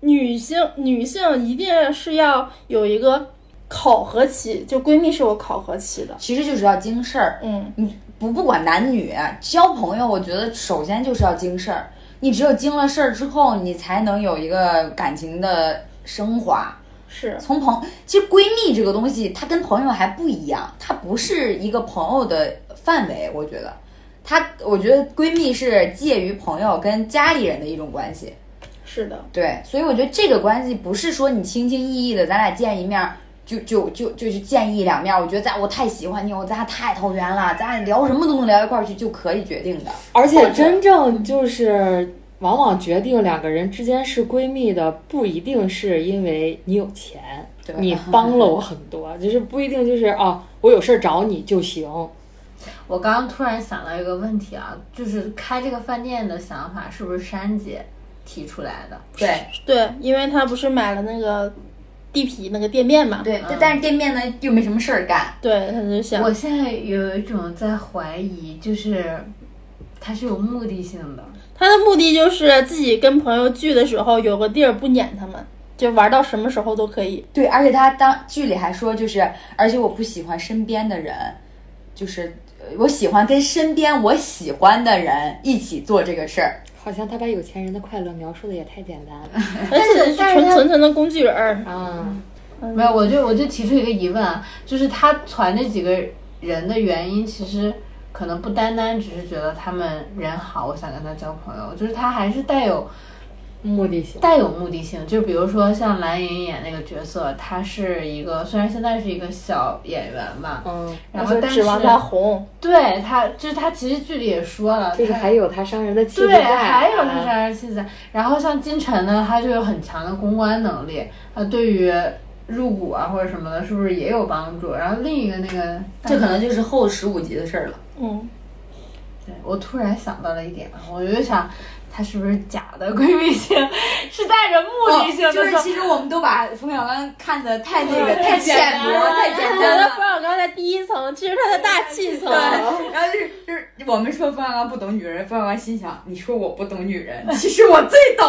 Speaker 3: 女性女性一定是要有一个考核期，就闺蜜是有考核期的。
Speaker 2: 其实就是要经事儿，
Speaker 3: 嗯，
Speaker 2: 你不不管男女交朋友，我觉得首先就是要经事儿。你只有经了事儿之后，你才能有一个感情的升华。
Speaker 3: 是
Speaker 2: 从朋，其实闺蜜这个东西，它跟朋友还不一样，它不是一个朋友的范围。我觉得，它，我觉得闺蜜是介于朋友跟家里人的一种关系。
Speaker 3: 是的，
Speaker 2: 对，所以我觉得这个关系不是说你轻轻易易的，咱俩见一面儿就就就就去见一两面儿。我觉得咱我太喜欢你，我咱俩太投缘了，咱俩聊什么都能聊一块儿去，就可以决定的。
Speaker 1: [LAUGHS] 而且真正就是往往决定两个人之间是闺蜜的，不一定是因为你有钱
Speaker 2: 对，
Speaker 1: 你帮了我很多， [LAUGHS] 就是不一定就是啊，我有事儿找你就行。
Speaker 4: 我刚刚突然想到一个问题啊，就是开这个饭店的想法是不是珊姐提出来的？
Speaker 2: 对
Speaker 3: 对，因为她不是买了那个地皮那个店面嘛，
Speaker 2: 对，但是店面呢又没什么事儿干，
Speaker 3: 对，她就想
Speaker 4: 我现在有一种在怀疑，就是它是有目的性的。
Speaker 3: 他的目的就是自己跟朋友聚的时候有个地儿不撵他们，就玩到什么时候都可以。
Speaker 2: 对，而且他当剧里还说，就是而且我不喜欢身边的人，就是呃我喜欢跟身边我喜欢的人一起做这个事儿。
Speaker 1: 好像他把有钱人的快乐描述的也太简单
Speaker 2: [LAUGHS]
Speaker 1: 了
Speaker 3: 而且是
Speaker 4: 但是
Speaker 3: 纯
Speaker 4: 他
Speaker 3: 纯纯的工具人儿，
Speaker 1: 啊！
Speaker 4: 没有，我就我就提出一个疑问啊，就是他传这几个人的原因，其实可能不单单只是觉得他们人好，我想跟他交朋友，就是他还是带有
Speaker 1: 目的性，
Speaker 4: 带有目的性，就比如说像蓝莹演那个角色，她是一个虽然现在是一个小演员吧，
Speaker 1: 嗯，
Speaker 4: 然后
Speaker 3: 就
Speaker 4: 但
Speaker 3: 指
Speaker 4: 是
Speaker 3: 望他红。
Speaker 4: 对她就是她其实剧里也说了，
Speaker 1: 就是
Speaker 4: 她
Speaker 1: 还有他伤人的气质
Speaker 4: 对，
Speaker 1: 在，啊
Speaker 4: 还有那啥气在。然后像金晨呢，他就有很强的公关能力，啊，对于入股啊或者什么的，是不是也有帮助？然后另一个那个，
Speaker 2: 这可能就是后十五集的事儿了。
Speaker 3: [LAUGHS] 嗯，
Speaker 4: 对我突然想到了一点啊，我就想，她是不是假的 [LAUGHS] 闺蜜性，是带着目的性的？
Speaker 2: 哦就是其实我们都把冯小刚看得太那个太浅薄太
Speaker 3: 我
Speaker 2: 简单
Speaker 3: 觉得
Speaker 2: 了
Speaker 3: [LAUGHS] 冯。小刚在第一层，其实他在大气层。 [LAUGHS]
Speaker 2: 对，然后就是就是我们说冯小刚不懂女人，冯小刚心想：你说我不懂 [LAUGHS] 女人，其实我最懂。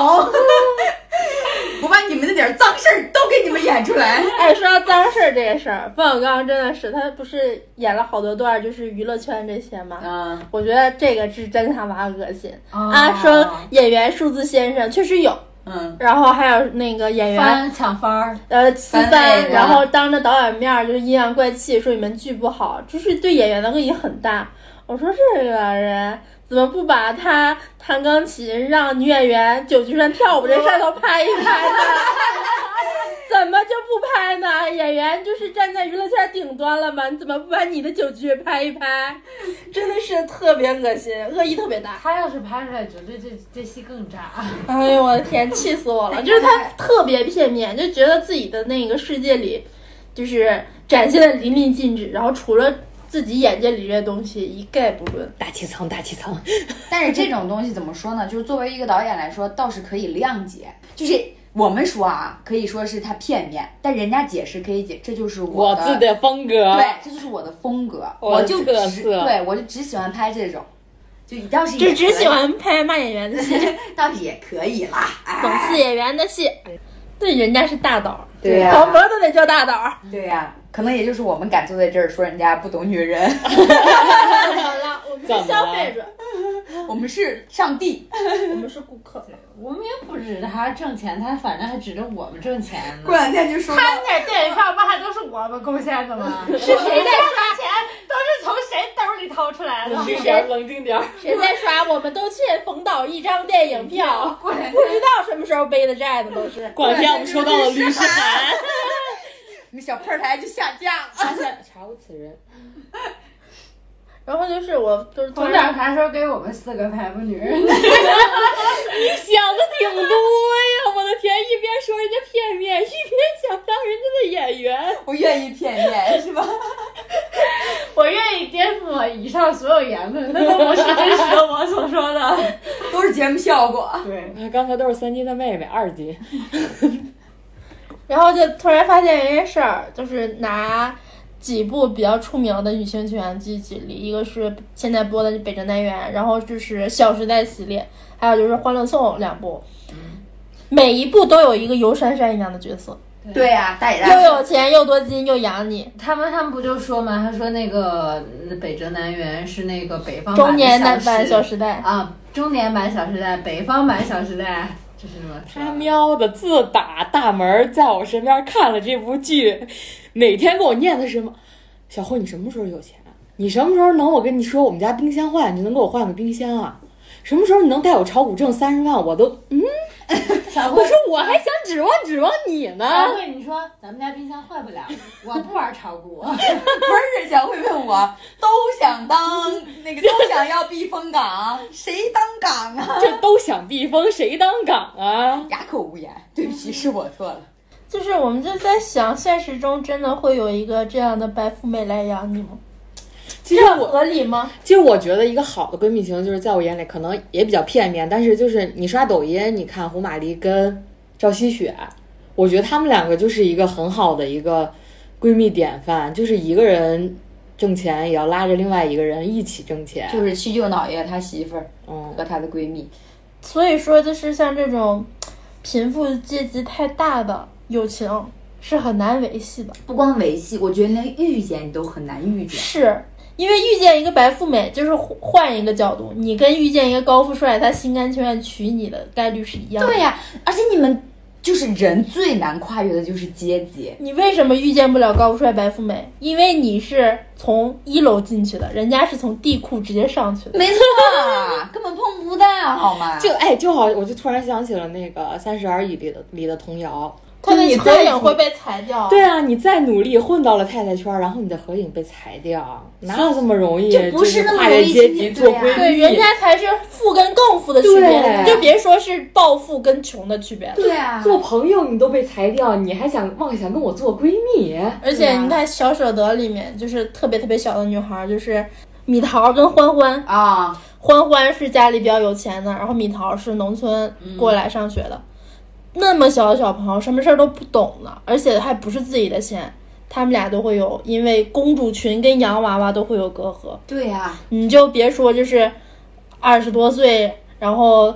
Speaker 2: 我把你们那点脏事儿都给你们压演出来。
Speaker 3: 哎，说到脏事儿这个事儿，冯小刚真的是，他不是演了好多段儿就是娱乐圈这些吗？
Speaker 2: 嗯，
Speaker 3: 我觉得这个是真他妈恶心。
Speaker 4: 啊
Speaker 3: 啊，说演员数字先生确实有，
Speaker 2: 嗯，
Speaker 3: 然后还有那个演员
Speaker 4: 翻抢翻儿，
Speaker 3: 呃私
Speaker 2: 翻
Speaker 3: 翻，
Speaker 2: 脸
Speaker 3: 然后当着导演面儿就是阴阳怪气，说你们剧不好，就是对演员的恶意很大。我说这个人怎么不把他弹钢琴让女演员九局山跳舞这事儿都拍一拍 [LAUGHS] 呢？怎么就不拍呢？演员就是站在娱乐圈顶端了嘛，你怎么不把你的酒局拍一拍？真的是特别恶心，恶意特别大。
Speaker 4: 他要是拍出来，绝对这这戏更炸。
Speaker 3: 哎呦我的天，气死我了！就是他特别片面，就觉得自己的那个世界里，就是展现的淋漓尽致，然后除了自己眼界里这些东西一概不论。
Speaker 1: 大气层，大气层，
Speaker 2: 但是这种东西怎么说呢？就是作为一个导演来说，倒是可以谅解。就是我们说啊，可以说是他片面，但人家解释可以解，这就是
Speaker 1: 我
Speaker 2: 的。
Speaker 1: 自己的风格。
Speaker 2: 对，这就是我的风格，
Speaker 1: 我的
Speaker 2: 我就
Speaker 1: 特
Speaker 2: 只
Speaker 1: 色
Speaker 2: 对我就只喜欢拍这种，就要是
Speaker 3: 就
Speaker 2: 也
Speaker 3: 只
Speaker 2: 可以
Speaker 3: 喜欢拍骂演员的戏，
Speaker 2: 倒是也可以啦。哎
Speaker 3: 讽刺演员的戏。对，人家是大导，
Speaker 2: 对呀、
Speaker 3: 黄渤都得叫大导。
Speaker 2: 对呀、可能也就是我们敢坐在这儿说人家不懂女
Speaker 1: [LAUGHS]
Speaker 2: 人，
Speaker 3: 怎么了？我们
Speaker 1: 怎么
Speaker 3: 是
Speaker 1: 了
Speaker 3: 消费者，
Speaker 2: 我们是上帝。
Speaker 3: 我们是顾客。
Speaker 4: [LAUGHS] 我们也不指着他挣钱，他反正还指着我们挣钱呢
Speaker 2: 过。两天就说到
Speaker 4: 他那点电影票不还都是我们贡献的 [LAUGHS] 吗？是谁在刷钱？都是从谁兜里掏出 [LAUGHS] 来的？
Speaker 1: 冷静点儿，冷静点儿。
Speaker 3: 谁在刷？我们都欠冯导一张电影票， [LAUGHS] 不知道什么时候背的债呢，都是。
Speaker 1: 过两天我们收到了律师函，
Speaker 2: 我们小破台就下架了。
Speaker 1: 查下查无此人。
Speaker 3: 然后就是我就是突
Speaker 4: 冯
Speaker 3: 然
Speaker 4: 导啥时候给我们四个排不女人？
Speaker 1: 你想的挺多呀，我的天！一边说人家片面，一边想当人家的演员。
Speaker 2: 我愿意片面是吧？
Speaker 4: [LAUGHS] 我愿意颠覆我以上所有言 [LAUGHS] 论，那都不是真实的我所说的。 [LAUGHS]
Speaker 2: 都是节目效果。
Speaker 4: 对，
Speaker 1: 刚才都是三金的妹妹，二金。
Speaker 3: 然后就突然发现一件事儿，就是拿几部比较出名的女性球员剧举例，一个是现在播的《北辙南辕》，然后就是《小时代》系列，还有就是《欢乐颂》两部。每一部都有一个尤珊珊一样的角色，
Speaker 2: 对呀、大爷
Speaker 3: 又
Speaker 2: 大
Speaker 3: 有钱又多金又养你，
Speaker 4: 他们他们不就说嘛，他说那个嗯北辙南辕是那个北方版的
Speaker 3: 中年男版《
Speaker 4: 小
Speaker 3: 小
Speaker 4: 时
Speaker 3: 时代》。
Speaker 4: 啊，中年版小时代，北方版小时代，这是什么？啊
Speaker 1: 他
Speaker 3: 哎
Speaker 1: 喵的，自打大门在我身边看了这部剧，每天跟我念的是什么？小慧，你什么时候有钱？啊你什么时候能我跟你说我们家冰箱坏，你就能给我换个冰箱啊？什么时候你能带我炒股挣三十万？我都，嗯，
Speaker 4: 小
Speaker 1: 我
Speaker 4: 慧
Speaker 1: 说我还想指望指望你
Speaker 4: 小
Speaker 3: 啊
Speaker 1: 呢。
Speaker 4: 慧，你说咱们家冰箱坏不了，我不玩炒股。
Speaker 2: 不是小慧问我，都想当那个，都想要避风港，谁当港啊？
Speaker 1: [LAUGHS] 这都想避风，谁当港啊？
Speaker 2: [LAUGHS] 哑口无言，对不起，是我错了。
Speaker 3: 就是我们就在想，现实中真的会有一个这样的白富美来养你吗？
Speaker 1: 其实我
Speaker 3: 合理吗？
Speaker 1: 其实我觉得一个好的闺蜜情，就是在我眼里可能也比较片面，但是就是你刷抖音，你看胡玛丽跟赵希雪，我觉得她们两个就是一个很好的一个闺蜜典范，就是一个人挣钱也要拉着另外一个人一起挣钱。
Speaker 2: [LAUGHS] 就是七舅姥爷他媳妇儿
Speaker 1: 嗯，
Speaker 2: 和他的闺蜜，
Speaker 3: 所以说，就是像这种贫富阶级太大的友情是很难维系的，
Speaker 2: 不光维系，我觉得连遇见都很难遇见。
Speaker 3: 是因为遇见一个白富美，就是换换一个角度，你跟遇见一个高富帅，他心甘情愿娶你的概率是一样的。
Speaker 2: 对呀、而且你们就是人最难跨越的就是阶级，
Speaker 3: 你为什么遇见不了高富帅白富美？因为你是从一楼进去的，人家是从地库直接上去的。
Speaker 2: 没错，啊 [LAUGHS] 根本碰不到，好吗？
Speaker 1: 就哎，就好，我就突然想起了那个《三十而已》里的里的童谣。
Speaker 3: 他的
Speaker 1: 你
Speaker 3: 合
Speaker 1: 在
Speaker 3: 影会被裁掉。
Speaker 1: 对啊，你再努力混到了太太圈，然后你的合影被裁掉，哪有这么容易？
Speaker 2: 就不是那么
Speaker 1: 跨越
Speaker 2: 容易
Speaker 1: 阶
Speaker 2: 亲
Speaker 1: 级
Speaker 2: 近
Speaker 1: 做
Speaker 2: 对啊
Speaker 1: 闺蜜，
Speaker 3: 对，人家才是富跟更富的区别，
Speaker 1: 对
Speaker 3: 就别说是暴富跟穷的区别了。
Speaker 2: 对啊，
Speaker 1: 做朋友你都被裁掉，你还想妄想跟我做闺蜜？
Speaker 2: 啊
Speaker 3: 而且你看《小舍得》里面，就是特别特别小的女孩儿，就是米桃跟欢欢，
Speaker 2: 啊、
Speaker 3: 欢欢是家里比较有钱的，然后米桃是农村过来上学的，那么小的小朋友，什么事儿都不懂呢，而且还不是自己的钱。他们俩都会有，因为公主裙跟洋娃娃都会有隔阂，
Speaker 2: 对呀、
Speaker 3: 你就别说就是二十多岁，然后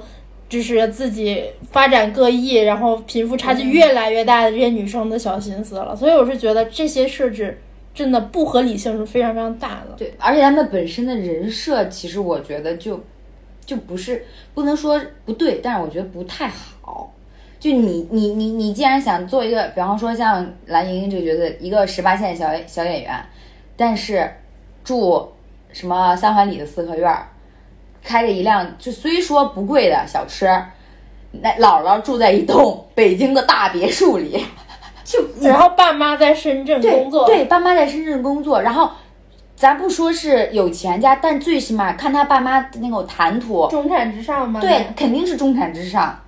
Speaker 5: 就是自己发展各异，然后贫富
Speaker 4: 嗯
Speaker 5: 差距越来越大的这些女生的小心思了。所以我是觉得这些设置真的不合理性是非常非常大的。
Speaker 2: 对，而且他们本身的人设，其实我觉得就就不是不能说不对，但是我觉得不太好。就你你你你，既然想做一个，比方说像蓝盈莹这个角色，一个十八线小小演员，但是住什么三环里的四合院儿，开着一辆就虽说不贵的小车，那姥姥住在一栋北京的大别墅里，就
Speaker 5: 然后爸妈在深圳
Speaker 2: 对
Speaker 5: 工作，
Speaker 2: 对，爸妈在深圳工作，然后咱不说是有钱家，但最起码看他爸妈的那种谈吐，
Speaker 3: 中产之上嘛，
Speaker 2: 对，肯定是中产之上。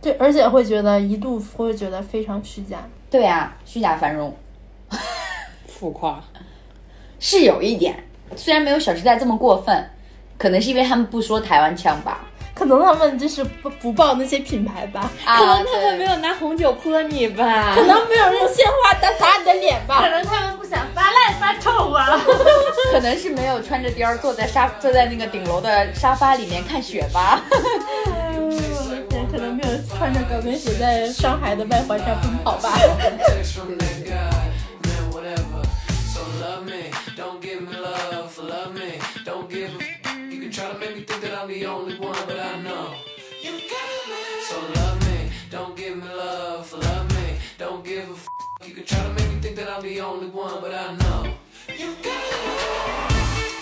Speaker 5: 对，而且会觉得一度会觉得非常虚假。
Speaker 2: 对呀、虚假繁荣
Speaker 1: 浮夸。
Speaker 2: 是有一点，虽然没有《小时代》这么过分，可能是因为他们不说台湾腔吧。
Speaker 5: 可能他们就是不不报那些品牌吧，
Speaker 2: 啊，
Speaker 1: 可能他们
Speaker 2: 对
Speaker 1: 没有拿红酒泼你吧？
Speaker 5: 可能没有用鲜花打打你的脸吧
Speaker 4: 可。能他们不想发烂发臭啊吧。
Speaker 2: 可能是没有穿着貂儿坐在沙坐在那个顶楼的沙发里面看雪吧。
Speaker 5: 可能没有穿着高跟鞋在上海的外环上奔跑吧。
Speaker 7: text from that guy, man, whatever. So love me, don't give me love, love me, don't give a f- You can try to make me think that I'm the only one, but I know. You got me. So love me, don't give me love, love me, don't give a f- You can try to make me think that I'm the only one, but I know. You got me.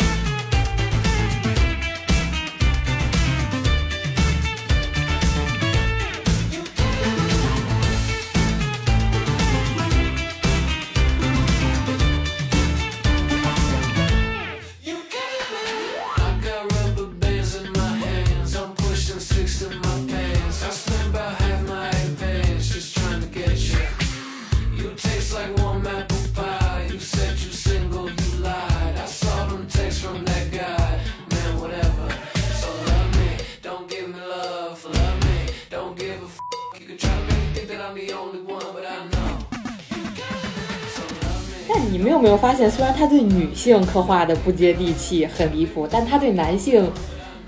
Speaker 1: 但你们有没有发现，虽然他对女性刻画的不接地气、很离谱，但他对男性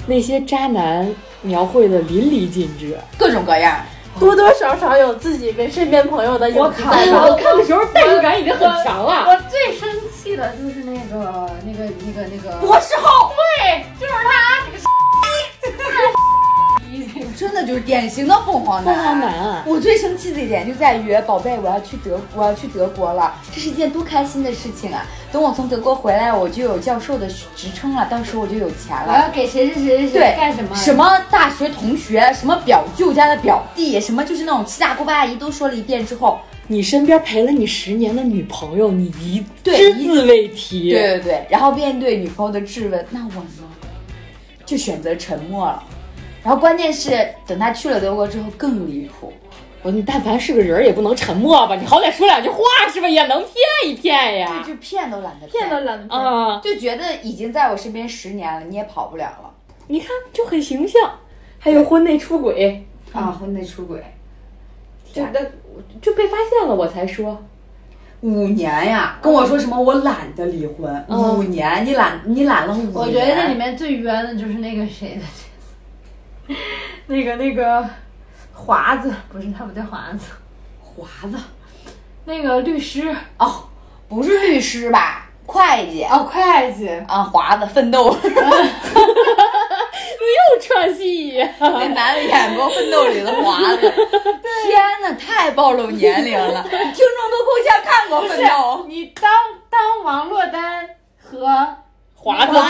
Speaker 1: 那些渣男描绘的淋漓尽致。
Speaker 2: [LAUGHS] 各种各样，
Speaker 5: [LAUGHS] 多多少少有自己跟身边朋友的影子
Speaker 2: 哎
Speaker 5: 在吧。
Speaker 1: 我看的时候代入感已经很强了。
Speaker 4: 我最生气的就是那个那个那个那个，
Speaker 2: 博士后
Speaker 4: 对，就是他那个
Speaker 2: 真的就是典型的凤凰
Speaker 1: 凤凰男啊
Speaker 2: 我最生气的一点就在于，宝贝，我要去德，我要去德国了，这是一件多开心的事情啊！等我从德国回来，我就有教授的职称了，到时候我就有钱
Speaker 4: 我
Speaker 2: 了。
Speaker 4: 要给谁谁谁谁
Speaker 2: 对
Speaker 4: 谁，啊干什么啊
Speaker 2: 什么大学同学，什么表舅家的表弟，什么就是那种七大姑八大姨都说了一遍之后，
Speaker 1: 你身边陪了你十年的女朋友，你一
Speaker 2: 对
Speaker 1: 只字未提。
Speaker 2: 对对对，然后面对女朋友的质问，那我呢，就选择沉默了。然后关键是，等他去了德国之后更离谱，
Speaker 1: 我你但凡是个人儿也不能沉默吧？你好歹说两句话是吧？也能骗一骗
Speaker 2: 对，
Speaker 1: 呀。
Speaker 2: 就骗都懒得
Speaker 5: 骗都懒得骗。
Speaker 1: 啊、
Speaker 2: 就觉得已经在我身边十年了，你也跑不了了。
Speaker 1: 你看就很形象。还有婚内出轨，
Speaker 2: 啊，婚内出轨
Speaker 1: 就那就被发现了，我才说。
Speaker 2: 五年呀，跟我说什么我懒得离婚，
Speaker 1: 嗯
Speaker 2: 五年你懒你懒了五年，
Speaker 4: 我觉得这里面最冤的就是那个谁的， [LAUGHS] 那个那个华子，不是他不叫华子，
Speaker 2: 华子
Speaker 4: 那个律师
Speaker 2: 哦，不是律师吧，会计
Speaker 4: 哦，会计，
Speaker 2: 啊，华子奋 [LAUGHS] 斗，
Speaker 1: 又串戏呀、
Speaker 2: 那男的演过《奋斗》里的华子，天哪，太暴露年龄 [LAUGHS] 了，听众都够呛看过《奋斗
Speaker 4: 你当当王珞丹和
Speaker 1: 华子，
Speaker 4: 放在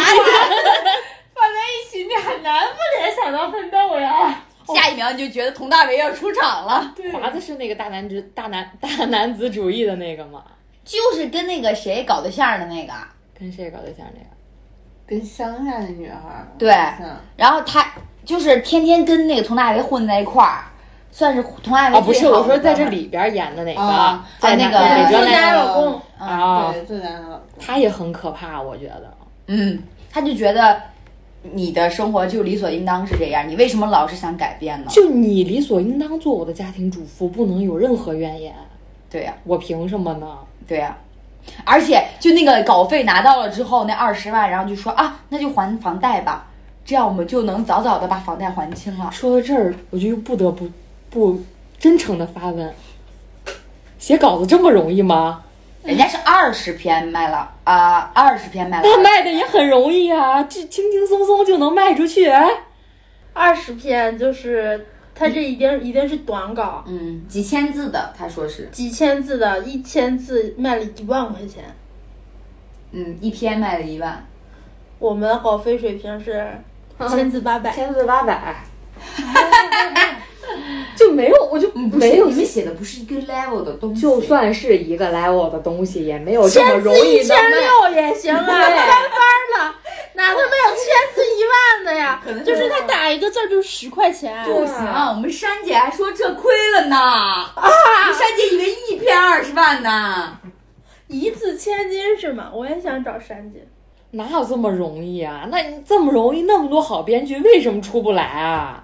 Speaker 4: 一起，你很难不联想到奋斗呀。》，
Speaker 2: 下一秒你就觉得佟大为要出场了，
Speaker 1: 华子是那个大男子大男大男子主义的那个吗？
Speaker 2: 就是跟那个谁搞对象的那个。
Speaker 1: 跟谁搞对象那个？
Speaker 8: 跟乡下的女孩儿，
Speaker 2: 对
Speaker 8: 嗯
Speaker 2: 然后他就是天天跟那个佟大为混在一块儿，算是佟大为
Speaker 1: 啊，不
Speaker 2: 最
Speaker 1: 是，
Speaker 2: 好的
Speaker 1: 我说在这
Speaker 2: 哥们儿
Speaker 1: 里边演的哪个？
Speaker 8: 啊
Speaker 1: 哦在
Speaker 2: 那
Speaker 1: 哪
Speaker 2: 个
Speaker 1: 北
Speaker 8: 对
Speaker 1: 辙
Speaker 8: 作家
Speaker 1: 南
Speaker 8: 老公，
Speaker 1: 啊，
Speaker 8: 对，作家的老公，
Speaker 1: 他也很可怕，我觉得。
Speaker 2: 嗯，他就觉得你的生活就理所应当是这样，你为什么老是想改变呢？
Speaker 1: 就你理所应当做我的家庭主妇，不能有任何怨言。
Speaker 2: 对呀、
Speaker 1: 我凭什么呢？
Speaker 2: 对呀、而且就那个稿费拿到了之后，那二十万，然后就说啊，那就还房贷吧。这样我们就能早早的把房贷还清了。
Speaker 1: 说到这儿，我就又不得不不真诚的发问：写稿子这么容易吗？
Speaker 2: 人家是二十篇卖了啊，二、十篇卖了。
Speaker 1: 那卖的也很容易啊，这轻轻松松就能卖出去。哎，
Speaker 3: [LAUGHS] 二十篇就是它这一定一定是短稿，
Speaker 2: 嗯，几千字的，他说是，
Speaker 3: 几千字的，一千字卖了一万块钱。
Speaker 2: 嗯，一篇卖了一万，
Speaker 3: 我们的稿费水平是
Speaker 5: 啊
Speaker 3: 千字八百，
Speaker 9: 千字八百，
Speaker 1: [LAUGHS] 就没有，我就
Speaker 2: 不
Speaker 1: 没有
Speaker 2: 你们写的不是一个 level 的东西，
Speaker 1: 就算是一个 level 的东西，也没有这么
Speaker 3: 千
Speaker 1: 容
Speaker 3: 字
Speaker 1: 易
Speaker 3: 一
Speaker 1: 的
Speaker 3: 千
Speaker 1: 卖。
Speaker 3: 六也行啊，
Speaker 1: 对
Speaker 5: 哎
Speaker 3: 翻番了，哪他妈有千字一万的呀？就是他打一个字儿就十块钱，
Speaker 2: 不
Speaker 5: 啊
Speaker 2: 行，我们珊姐还说这亏了呢，啊，珊姐以为一篇二十万呢，
Speaker 3: 一字千金是吗？我也想找山姐。
Speaker 1: 哪有这么容易啊？那你这么容易，那么多好编剧，为什么出不来啊？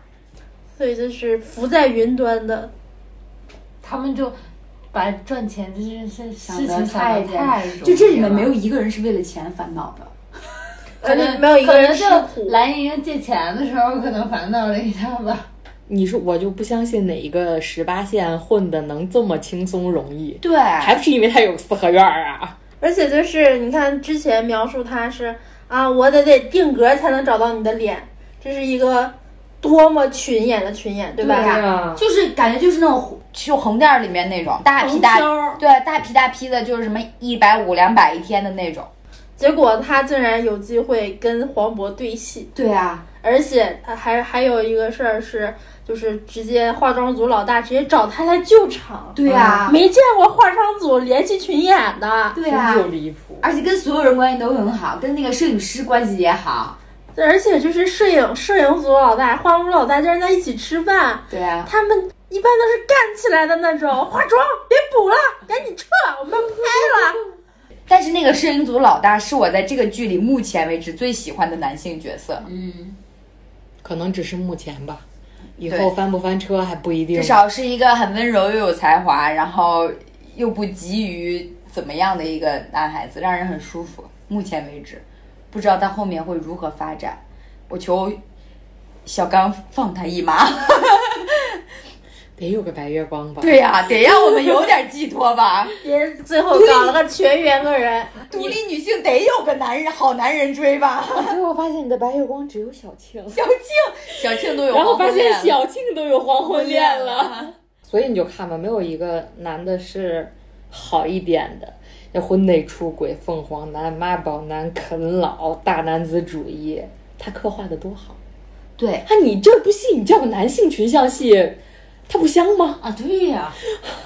Speaker 3: 所以就是浮在云端的，
Speaker 4: 他们就把赚钱这件事事
Speaker 2: 想
Speaker 4: 情
Speaker 2: 得太
Speaker 4: 想得太容易了
Speaker 2: 就这里面没有一个人是为了钱烦恼的。
Speaker 3: 而且没有一个人吃
Speaker 4: 可能就
Speaker 3: 苦。
Speaker 4: 蓝莹莹借钱的时候，可能烦恼了一下吧。
Speaker 1: 你说我就不相信哪一个十八线混的能这么轻松容易，
Speaker 2: 对，
Speaker 1: 还不是因为他有四合院儿啊？
Speaker 3: 而且就是你看之前描述他是啊，我得得定格才能找到你的脸，这是一个多么群演的群演，对吧？
Speaker 2: 对呀
Speaker 1: 啊，
Speaker 2: 就是感觉就是那种就横店儿里面那种大批大对大批大批的，就是什么一百五两百一天的那种。
Speaker 3: 结果他竟然有机会跟黄渤对戏，
Speaker 2: 对啊，
Speaker 3: 而且还还有一个事儿是，就是直接化妆组老大直接找他来救场，
Speaker 2: 对啊，
Speaker 3: 没见过化妆组联系群演的，
Speaker 2: 对啊
Speaker 1: 真，就离谱。
Speaker 2: 而且跟所有人关系都很好，跟那个摄影师关系也好。
Speaker 3: 而且就是摄影摄影组老大、化妆组老大竟然在一起吃饭，
Speaker 2: 对啊，
Speaker 3: 他们一般都是干起来的那种，化妆别补了，赶紧撤，我们拍了。
Speaker 2: 但是那个摄影组老大是我在这个剧里目前为止最喜欢的男性角色，
Speaker 1: 可能只是目前吧，以
Speaker 2: 对
Speaker 1: 后翻不翻车还不一定。
Speaker 2: 至少是一个很温柔又有才华，然后又不急于怎么样的一个男孩子，让人很舒服。目前为止，不知道他后面会如何发展，我求小刚放他一马。 [LAUGHS]
Speaker 1: 得有个白月光吧？，
Speaker 2: 对呀、得让我们有点寄托 [LAUGHS] 吧。
Speaker 3: 别最后搞了个全员个人，
Speaker 2: 独立女性得有个男人，好男人追吧。
Speaker 1: 最后发现你的白月光只有小庆，
Speaker 2: 小庆， [LAUGHS] 小庆都有
Speaker 1: 然后
Speaker 2: 黄
Speaker 1: 发
Speaker 2: 昏恋
Speaker 1: 现
Speaker 2: 了，
Speaker 1: 小庆都有黄昏恋了。
Speaker 2: [LAUGHS] 了。
Speaker 1: 所以你就看吧，没有一个男的是好一点的。要婚内出轨、凤凰男、妈宝男、啃老、大男子主义，他刻画的多好
Speaker 2: 对，
Speaker 1: 啊！你这部戏你叫个男性群像戏，它不香吗？
Speaker 4: 啊，对呀、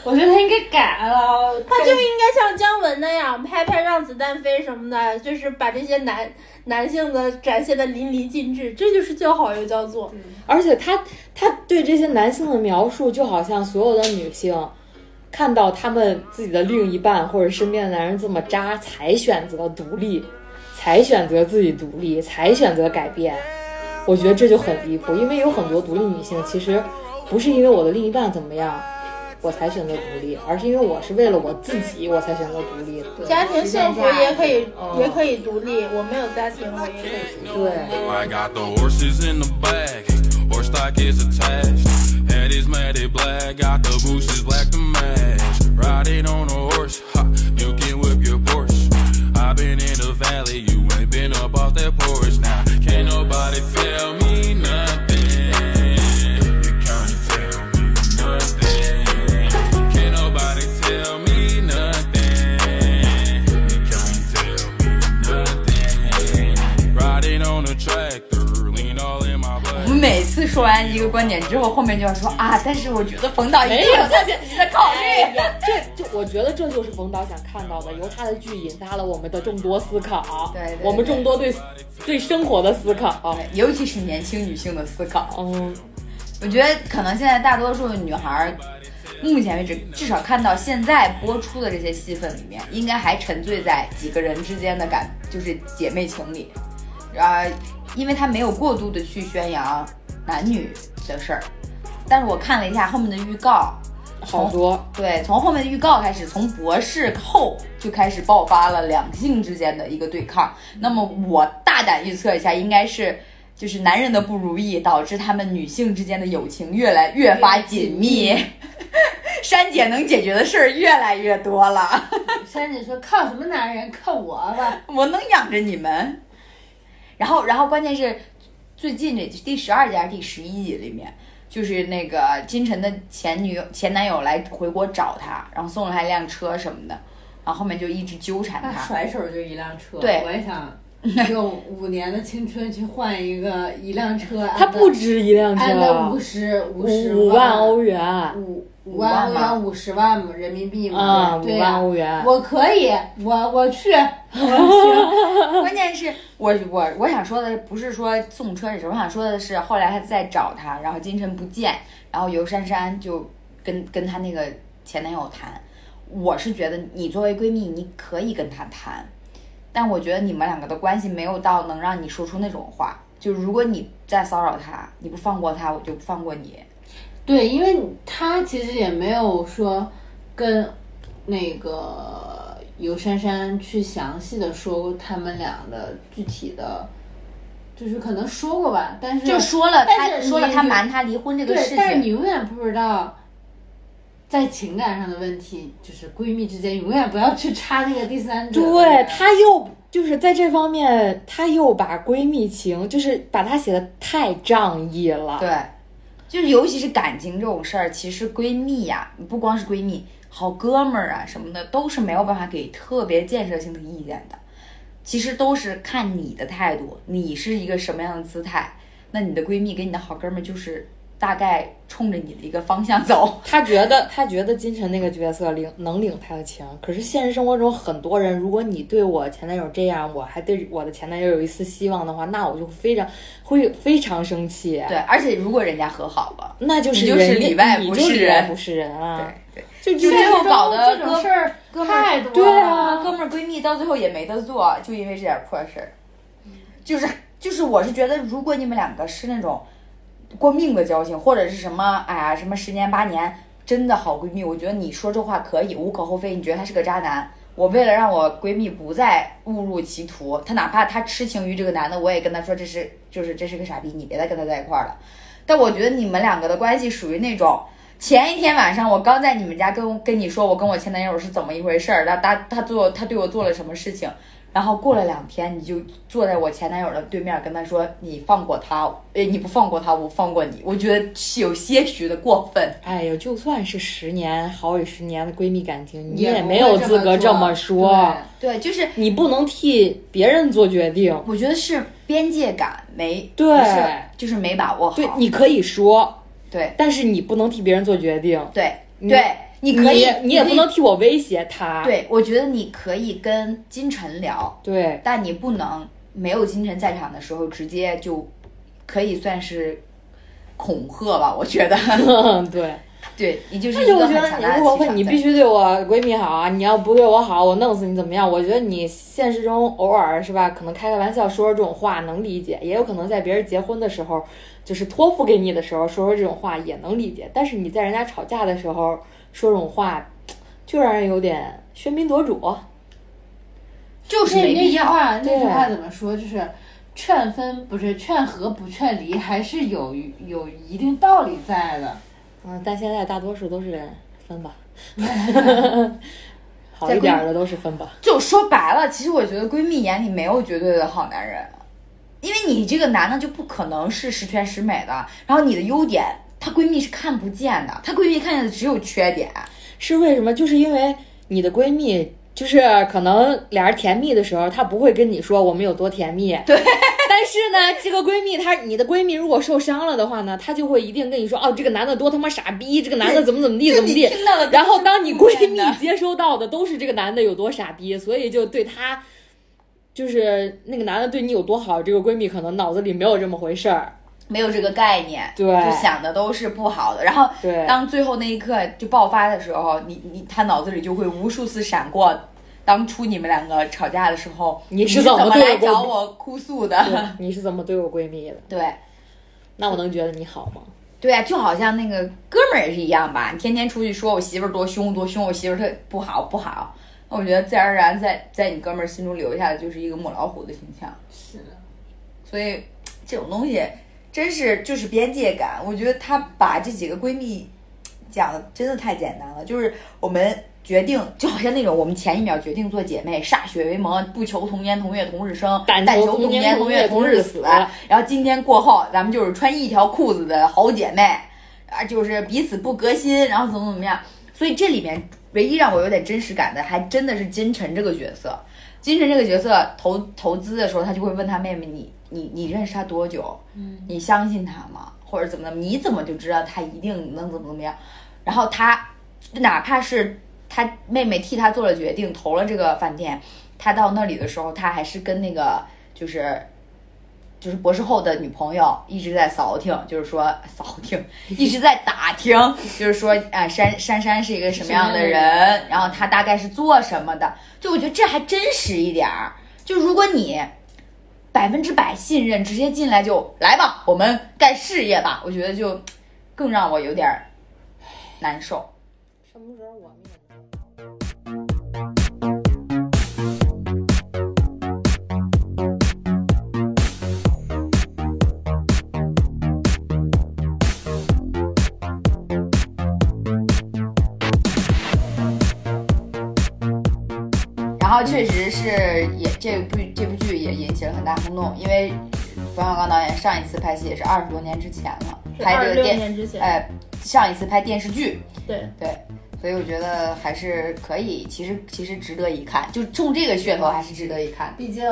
Speaker 4: 我觉得他应该改了。
Speaker 3: 他就应该像姜文那样拍拍《让子弹飞》什么的，就是把这些男男性的展现的淋漓尽致，这就是叫好又叫座。
Speaker 1: 而且他他对这些男性的描述，就好像所有的女性看到他们自己的另一半或者身边的男人这么渣，才选择独立，才选择自己独立，才选择改变。我觉得这就很离谱，因为有很多独立女性其实不是因为我的另一半怎么样，我才选择独立，而是因为我是为了我自己，我才选择独立的。
Speaker 3: 家庭幸福也可以
Speaker 2: 嗯
Speaker 1: 哦，
Speaker 3: 也可以独立。我没有家庭，我也可以独立。
Speaker 1: 对，
Speaker 10: I got the horses in the back, horse stock is attached. Head is matted black, got the bushes black to match. Riding on a horse, ha, you can whip your Porsche. i been in the valley, you ain't been up off that porch. Now, can't nobody tell me nothing. You can't tell me nothing. Can't nobody tell me nothing. You can't tell me nothing. Riding on a tractor, lean all in my
Speaker 2: 我
Speaker 10: blood.
Speaker 2: 们每次说完一个观点之后，后面就要说啊，但是我觉得冯导一定有他自己的考
Speaker 1: 哎
Speaker 2: 虑。
Speaker 1: 这就我觉得这就是冯导想看到的，由他的剧引发了我们的众多思考，啊
Speaker 2: 对对对
Speaker 1: 我们众多对对生活的思考。
Speaker 2: [LAUGHS]
Speaker 1: 啊
Speaker 2: 尤其是年轻女性的思考，
Speaker 1: 嗯，
Speaker 2: 我觉得可能现在大多数女孩儿，目前为止至少看到现在播出的这些戏份里面，应该还沉醉在几个人之间的感，就是姐妹情里，啊，因为她没有过度的去宣扬男女的事儿。但是我看了一下后面的预告，
Speaker 1: 好多。
Speaker 2: 对，从后面的预告开始，从博士后就开始爆发了两性之间的一个对抗。那么我大胆预测一下，应该是就是男人的不如意导致他们女性之间的友情越来越发紧密。珊姐能解决的事儿越来越多了，
Speaker 4: 珊姐说靠什么男人，靠我
Speaker 2: [LAUGHS]
Speaker 4: 吧。
Speaker 2: 我能养着你们。然后，然后关键是最近这第十二集还是第十一集里面，就是那个金晨的前女友前男友来回国找她，然后送了她一辆车什么的，然后后面就一直纠缠
Speaker 4: 他
Speaker 2: 她。
Speaker 4: 啊甩手就一辆车，
Speaker 2: 对
Speaker 4: 我也想用五年的青春去换一个一辆车。
Speaker 1: 它不止一辆
Speaker 4: 按了哎五
Speaker 1: 车，啊
Speaker 4: 十五十
Speaker 1: 五
Speaker 4: 万
Speaker 1: 万欧元
Speaker 4: 五五
Speaker 2: 万
Speaker 4: 万欧
Speaker 2: 吗
Speaker 4: 元五十万人民币
Speaker 1: 啊，
Speaker 4: 嘛，
Speaker 1: 五
Speaker 4: 对呀、
Speaker 1: 万欧元。
Speaker 4: 我可以，我我去，我 [LAUGHS]
Speaker 2: 关键是我我我想说的不是说送车这事，我想说的是后来他再找她，然后金晨不见，然后尤珊珊就跟跟她那个前男友谈。我是觉得你作为闺蜜，你可以跟他谈，但我觉得你们两个的关系没有到能让你说出那种话。就如果你再骚扰他，你不放过他，我就不放过
Speaker 4: 嗯
Speaker 2: 你。
Speaker 4: 去。对，因为他其实也没有说跟那个尤珊珊去详细的说过他们俩的具体的，就是可能说过吧，但是
Speaker 2: 就说了
Speaker 4: 但
Speaker 2: 他
Speaker 4: 是
Speaker 2: 说了
Speaker 4: 你
Speaker 2: 他
Speaker 4: 你
Speaker 2: 瞒他离婚这个
Speaker 4: 对，
Speaker 2: 事
Speaker 4: 但是
Speaker 2: 情
Speaker 4: 你，永远不知道，在情感上的问题，就是闺蜜之间永远不要去插那个第三者。
Speaker 1: 对，她又就是在这方面，她又把闺蜜情就是把她写的太仗义了。
Speaker 2: 对，就是尤其是感情这种事儿，其实闺蜜呀、不光是闺蜜，好哥们儿啊什么的，都是没有办法给特别建设性的意见的。其实都是看你的态度，你是一个什么样的姿态，那你的闺蜜跟你的好哥们儿就是大概冲着你的一个方向走。 [LAUGHS]
Speaker 1: 她觉得她觉得金晨那个角色领能领她的情，可是现实生活中很多人，如果你对我前男友这样，我还对我的前男友有一丝希望的话，那我就非常会非常生气。
Speaker 2: 对，而且如果人家和好了，
Speaker 1: 那就是
Speaker 2: 你就是
Speaker 1: 人家
Speaker 2: 里外
Speaker 1: 你
Speaker 2: 不
Speaker 1: 就是里
Speaker 2: 人
Speaker 1: 外不是人啊！
Speaker 2: 对对，
Speaker 1: 就
Speaker 2: 就
Speaker 1: 就
Speaker 2: 最后搞得
Speaker 4: 这
Speaker 2: 哥
Speaker 4: 种事儿
Speaker 2: 哥们儿
Speaker 4: 太多了。
Speaker 1: 对
Speaker 2: 啊，
Speaker 1: 啊
Speaker 2: 哥们儿闺蜜到最后也没得做，就因为这点破事儿。就是就是，我是觉得，如果你们两个是那种过命的交情，或者是什么，哎呀，什么十年八年真的好闺蜜，我觉得你说这话可以，无可厚非。你觉得他是个渣男，我为了让我闺蜜不再误入歧途，她哪怕她痴情于这个男的，我也跟她说这是就是这是个傻逼，你别再跟他在一块儿了。但我觉得你们两个的关系属于那种。前一天晚上，我刚在你们家跟跟你说，我跟我前男友是怎么一回事儿，他他他做他对我做了什么事情，然后过了两天，你就坐在我前男友的对面，跟他说你放过他，呃，你不放过他，我放过你，我觉得是有些许的过分。
Speaker 1: 哎呦，就算是十年好几十年的闺蜜感情，你
Speaker 4: 也不
Speaker 1: 没
Speaker 4: 会
Speaker 1: 有
Speaker 4: 这
Speaker 1: 资
Speaker 4: 么
Speaker 1: 格这
Speaker 4: 做
Speaker 1: 么说
Speaker 4: 对。
Speaker 2: 对，就是
Speaker 1: 你不能替别人做决定。
Speaker 2: 我觉得是边界感没
Speaker 1: 对
Speaker 2: 不是就是没把握好。
Speaker 1: 对，你可以说，
Speaker 2: 对
Speaker 1: 但是你不能替别人做决定。
Speaker 2: 对
Speaker 1: 你
Speaker 2: 对，你可以，
Speaker 1: 你也
Speaker 2: 可
Speaker 1: 不
Speaker 2: 以
Speaker 1: 能替我威胁他。
Speaker 2: 对，我觉得你可以跟金晨聊，
Speaker 1: 对 [LAUGHS]
Speaker 2: 但你不能没有金晨在场的时候直接就可以算是恐吓吧，我觉得，
Speaker 1: 对，
Speaker 2: 对你就是
Speaker 1: 而
Speaker 2: 一
Speaker 1: 且我
Speaker 2: 个
Speaker 1: 觉
Speaker 2: 很
Speaker 1: 得
Speaker 2: 强
Speaker 1: 你
Speaker 2: 大的
Speaker 1: 如
Speaker 2: 气
Speaker 1: 果
Speaker 2: 场在。
Speaker 1: 问你必须对我闺蜜好啊，你要不对我好，我弄死你怎么样？我觉得你现实中偶尔是吧，可能开开玩笑说说这种话能理解，也有可能在别人结婚的时候，就是托付给你的时候说说这种话也能理解，但是你在人家吵架的时候说这种话，就让人有点喧宾夺主。
Speaker 2: 就是
Speaker 4: 那
Speaker 2: 没
Speaker 4: 那
Speaker 2: 必
Speaker 4: 句
Speaker 2: 要。
Speaker 4: 话，那句
Speaker 1: 对
Speaker 4: 话怎么说？就是劝分不是劝和不劝离，还是有有一定道理在的。
Speaker 1: 嗯，但现在大多数都是分吧， [LAUGHS] 好一点儿的都是分吧。
Speaker 2: 就说白了，其实我觉得闺蜜眼里没有绝对的好男人，因为你这个男的就不可能是十全十美的，然后你的优点。她闺蜜是看不见的，她闺蜜看见的只有缺点。
Speaker 1: 是为什么？就是因为你的闺蜜，就是可能俩人甜蜜的时候，她不会跟你说我们有多甜蜜。对。 [LAUGHS] 但是呢，这个闺蜜她，你的闺蜜如果受伤了的话呢，她就会一定跟你说，哦，这个男的多他妈傻逼，这个男的怎么怎么地怎么
Speaker 2: 你
Speaker 1: 地。
Speaker 2: 听到的都是负面的，
Speaker 1: 然后当你闺蜜接收到的都是这个男的有多傻逼，所以就对她，就是那个男的对你有多好，这个闺蜜可能脑子里没有这么回事儿。
Speaker 2: 没有这个概念，
Speaker 1: 对
Speaker 2: 就想的都是不好的。然后
Speaker 1: 对
Speaker 2: 当最后那一刻就爆发的时候，你你他脑子里就会无数次闪过，当初你们两个吵架的时候，
Speaker 1: 你是
Speaker 2: 怎
Speaker 1: 怎么对我
Speaker 2: 来找我哭诉的？
Speaker 1: 对你是怎么对我闺蜜的？
Speaker 2: [LAUGHS] 对
Speaker 1: 那我能觉得你好吗？
Speaker 2: 对啊，就好像那个哥们儿也是一样吧，你天天出去说我媳妇儿多凶多凶，我媳妇儿特不好不好。那我觉得自然而然在在你哥们儿心中留下的就是一个母老虎的形象，
Speaker 4: 是的，
Speaker 2: 所以这种东西真是就是边界感。我觉得她把这几个闺蜜讲的真的太简单了，就是我们决定，就好像那种我们前一秒决定做姐妹，歃血为盟，不求同年同月同日生，
Speaker 1: 但
Speaker 2: 但
Speaker 1: 求
Speaker 2: 求
Speaker 1: 同年
Speaker 2: 年
Speaker 1: 同月
Speaker 2: 月
Speaker 1: 同日
Speaker 2: 日
Speaker 1: 死
Speaker 2: 然后今天过后，咱们就是穿一条裤子的好姐妹，啊，就是彼此不革新，然后怎么怎么样。所以这里面唯一让我有点真实感的，还真的是金晨这个角色。金晨这个角色投投资的时候，他就会问他妹妹：“你你你认识他多久？嗯，你相信他吗？或者怎么怎么？你怎么就知道他一定能怎么怎么样？”然后他哪怕是他妹妹替他做了决定，投了这个饭店，他到那里的时候，他还是跟那个就是就是博士后的女朋友一直在扫听，就是说扫听，一直在打听，就是说啊，珊珊珊是一个什么样的人，然后她大概是做什么的，就我觉得这还真实一点儿。就如果你百分之百信任，直接进来就来吧，我们干事业吧，我觉得就更让我有点儿难受。
Speaker 1: 什么时候我们也
Speaker 2: 然后确实是也这部这部剧也引起了很大轰动，因为冯小刚导演上一次拍戏也是二十多年之前了，拍
Speaker 5: 二
Speaker 2: 这
Speaker 5: 六
Speaker 2: 个电
Speaker 5: 年之前，
Speaker 2: 哎上一次拍电视剧，
Speaker 5: 对
Speaker 2: 对，所以我觉得还是可以，其实其实值得一看，就冲这个噱头还是值得一看。
Speaker 4: 毕竟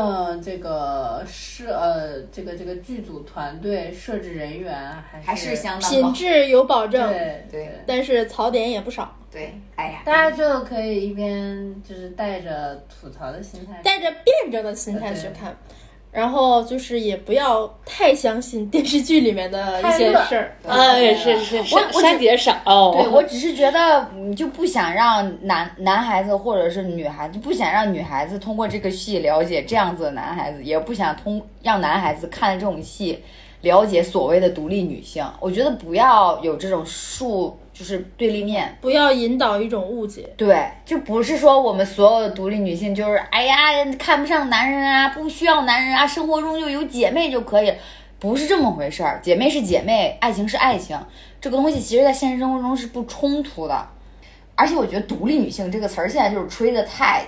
Speaker 4: 这个设呃这个这个剧组团队设置人员还是
Speaker 2: 还是相当
Speaker 5: 品
Speaker 2: 高。
Speaker 5: 质有保证，
Speaker 4: 对
Speaker 2: 对
Speaker 5: 但是槽点也不少，
Speaker 2: 对，哎呀，
Speaker 4: 大家就可以一边就是带着吐槽的心态，
Speaker 5: 带着辩证的心态去看。然后就是也不要太相信电视剧里面的一些事儿，
Speaker 1: 哎，是是
Speaker 2: 我我
Speaker 1: 是，珊姐少。哦对
Speaker 2: 对我只是觉得嗯就不想让男男孩子或者是女孩子，不想让女孩子通过这个戏了解这样子的男孩子，也不想通让男孩子看这种戏了解所谓的独立女性。我觉得不要有这种树，就是对立面。
Speaker 5: 不要引导一种误解。
Speaker 2: 对，就不是说我们所有的独立女性就是哎呀看不上男人啊，不需要男人啊，生活中就有姐妹就可以了，不是这么回事儿。姐妹是姐妹，爱情是爱情，这个东西其实在现实生活中是不冲突的。而且我觉得“独立女性”这个词儿现在就是吹的太、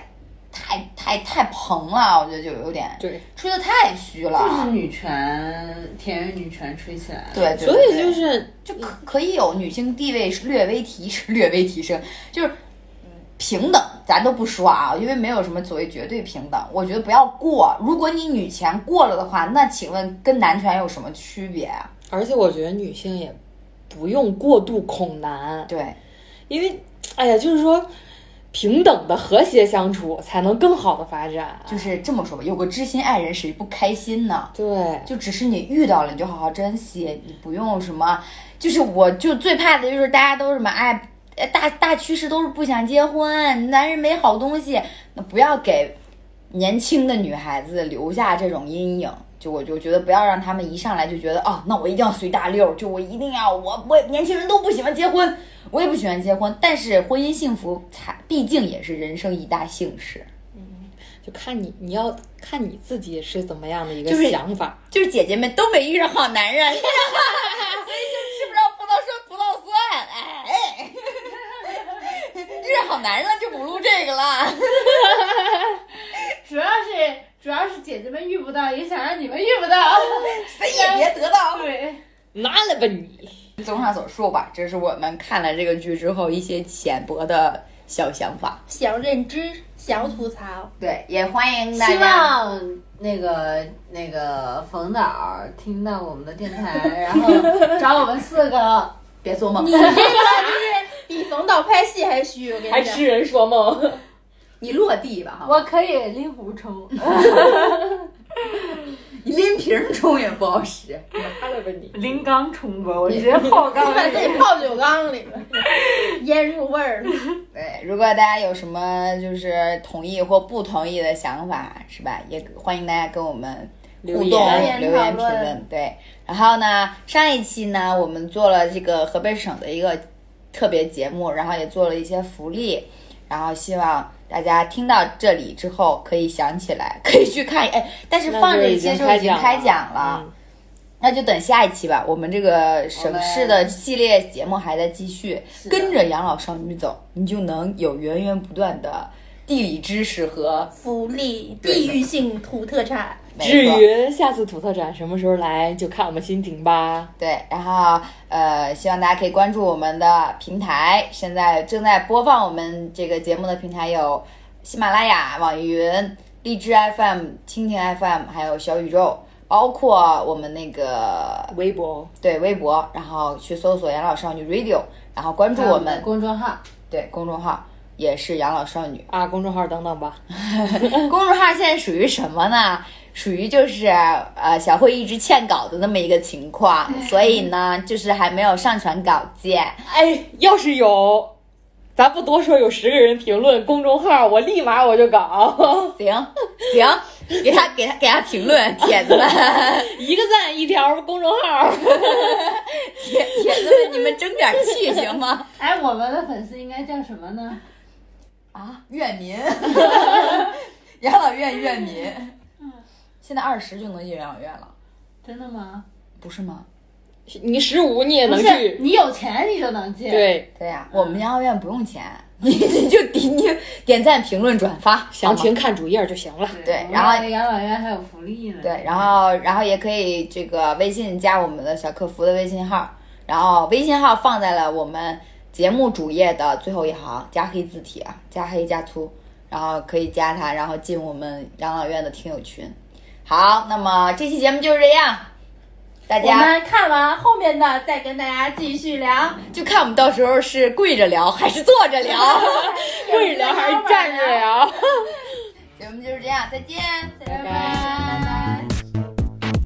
Speaker 2: 太、太、太蓬了，我觉得就有点
Speaker 1: 对，
Speaker 2: 吹的太虚了。
Speaker 4: 就是女权田园女权吹起来了。
Speaker 2: 对，对
Speaker 1: 所以
Speaker 2: 对
Speaker 1: 就是
Speaker 2: 就可可以有女性地位是略微提升， [LAUGHS] 略微提升，就是嗯平等，咱都不说啊，因为没有什么所谓绝对平等。我觉得不要过，如果你女权过了的话，那请问跟男权有什么区别啊？
Speaker 1: 而且我觉得女性也不用过度恐男，
Speaker 2: 对，
Speaker 1: 因为哎呀，就是说平等的和谐相处才能更好的发展。啊
Speaker 2: 就是这么说吧，有个知心爱人，谁不开心呢？
Speaker 1: 对，
Speaker 2: 就只是你遇到了，你就好好珍惜，你不用什么。就是我就最怕的就是大家都是什么哎，哎大大趋势都是不想结婚，男人没好东西，那不要给年轻的女孩子留下这种阴影。就我就觉得不要让他们一上来就觉得哦，那我一定要随大溜儿，就我一定要我我年轻人都不喜欢结婚，我也不喜欢结婚，但是婚姻幸福才毕竟也是人生一大幸事。
Speaker 1: 就看你你要看你自己是怎么样的一个
Speaker 2: 就是
Speaker 1: 想法。
Speaker 2: 就是姐姐们都没遇上好男 [LAUGHS] 人，所以就吃不着葡萄说葡萄酸，哎，遇上好男人了就不录这个了。
Speaker 4: 主要是主要是姐姐们遇不到，也想让你们遇不到。
Speaker 2: 谁也别得到。
Speaker 4: 对，
Speaker 1: 拿来吧你，
Speaker 2: 综上所述吧，这是我们看了这个剧之后一些浅薄的小想法。
Speaker 5: 想认知，想吐槽，
Speaker 2: 对，也欢迎大
Speaker 4: 希
Speaker 2: 家。
Speaker 4: 望那个那个冯导听到我们的电 [LAUGHS] 台，然后找我们四个。
Speaker 2: 别做梦，
Speaker 5: 比冯导拍戏嗯还虚。我跟
Speaker 2: 哎
Speaker 1: 还
Speaker 5: 你讲
Speaker 1: 痴，人说梦。
Speaker 2: 你落地吧哈，
Speaker 4: 我可以拎壶 [LAUGHS] 冲，
Speaker 2: 你拎瓶冲也不好使。
Speaker 1: 拿来吧你，
Speaker 4: 拎缸冲吧，我直接泡缸
Speaker 5: 你把自己泡酒缸里了，腌入味儿了。
Speaker 2: 对，如果大家有什么就是同意或不同意的想法，是吧？也欢迎大家跟我们
Speaker 1: 留
Speaker 2: 互
Speaker 1: 言
Speaker 2: 动、
Speaker 5: 留言
Speaker 2: 留
Speaker 5: 讨
Speaker 2: 言评
Speaker 5: 论
Speaker 2: 论。对，然后呢，上一期呢，我们做了这个河北省的一个特别节目，然后也做了一些福利，然后希望大家听到这里之后可以想起来，可以去看。哎，但是
Speaker 1: 那
Speaker 2: 放
Speaker 1: 就
Speaker 2: 这
Speaker 1: 已
Speaker 2: 一期
Speaker 1: 经
Speaker 2: 就已
Speaker 1: 开
Speaker 2: 经
Speaker 1: 奖
Speaker 2: 开奖了，
Speaker 1: 嗯
Speaker 2: 那就等下一期吧，我们这个省市的系列节目还在继续，
Speaker 8: 是的
Speaker 2: 跟着养老少女走，你就能有源源不断的地理知识和
Speaker 5: 福利
Speaker 2: 对
Speaker 5: 地域性土特产，
Speaker 2: 没
Speaker 1: 至
Speaker 2: 错
Speaker 1: 于下次土特展什么时候来，就看我们心情吧。
Speaker 2: 对，然后呃，希望大家可以关注我们的平台，现在正在播放我们这个节目的平台有喜马拉雅、网易云、荔枝 FM、蜻蜓 FM，还有小宇宙，包括我们那个
Speaker 1: 微博，
Speaker 2: 对微博，然后去搜索“养老少女 Radio”，然后关注我
Speaker 4: 还有
Speaker 2: 们
Speaker 4: 公众号，
Speaker 2: 对公众号。也是养老少女
Speaker 1: 啊，公众号等等吧。
Speaker 2: 公众号，现在属于什么呢？属于就是呃小慧一直欠稿的那么一个情况，所以呢就是还没有上传稿件。
Speaker 1: 哎，要是有，咱不多说，有十个人评论公众号，我立马我就 [LAUGHS] 搞
Speaker 2: 行行，给他给他给他评论，铁子们，
Speaker 1: 一个赞一条公众号。
Speaker 2: 铁铁子们，你们争点气行吗？
Speaker 4: 哎，我们的粉丝应该叫什么呢？
Speaker 2: 啊，怨民， [LAUGHS] 养老院怨民，嗯现在二十就能进养老院了，
Speaker 4: 真的吗？
Speaker 2: 不是吗？
Speaker 1: [LAUGHS] 你十五你也
Speaker 4: 不
Speaker 1: 能
Speaker 4: 是，
Speaker 1: 去，
Speaker 4: 你有钱你就能进。，
Speaker 1: 对，
Speaker 2: 对呀、
Speaker 5: 嗯
Speaker 2: 我们养老院不用钱， [LAUGHS] 你你就点你点赞、评论、转发，
Speaker 1: 详
Speaker 2: 好吗。
Speaker 1: 情看主页就行了。
Speaker 2: 对
Speaker 4: 我们
Speaker 2: 然后
Speaker 4: 那个养老院还有福利呢。
Speaker 2: 对，然后然后也可以这个微信加我们的小客服的微信号，然后微信号放在了我们节目主页的最后一行，加黑字体啊，加黑加粗，然后可以加他，然后进我们养老院的听友群。好，那么这期节目就是这样，大
Speaker 5: 我
Speaker 2: 家
Speaker 5: 们看完后面的再跟大家继续聊。
Speaker 2: 就看我们到时候是跪着聊还是坐着聊， [LAUGHS]
Speaker 1: 跪着聊还是站着聊？
Speaker 2: 节目就是这样，再见，拜
Speaker 1: 拜
Speaker 2: 拜拜。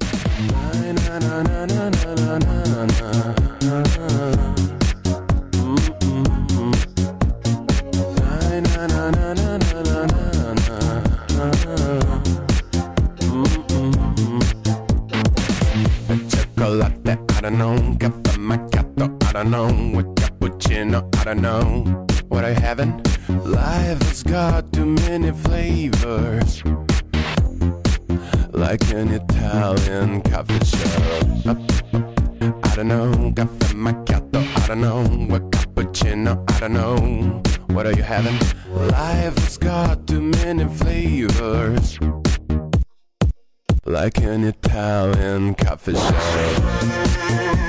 Speaker 7: Chocolate, I don't know. Caffè macchiato, I don't know. With cappuccino, I don't know. What I having? Life has got too many flavors. Like an Italian coffee shop. I don't know. Caffè macchiato, I don't know. With cappuccino, I don't know. What are you having? Life has got too many flavors. Like an Italian coffee shop.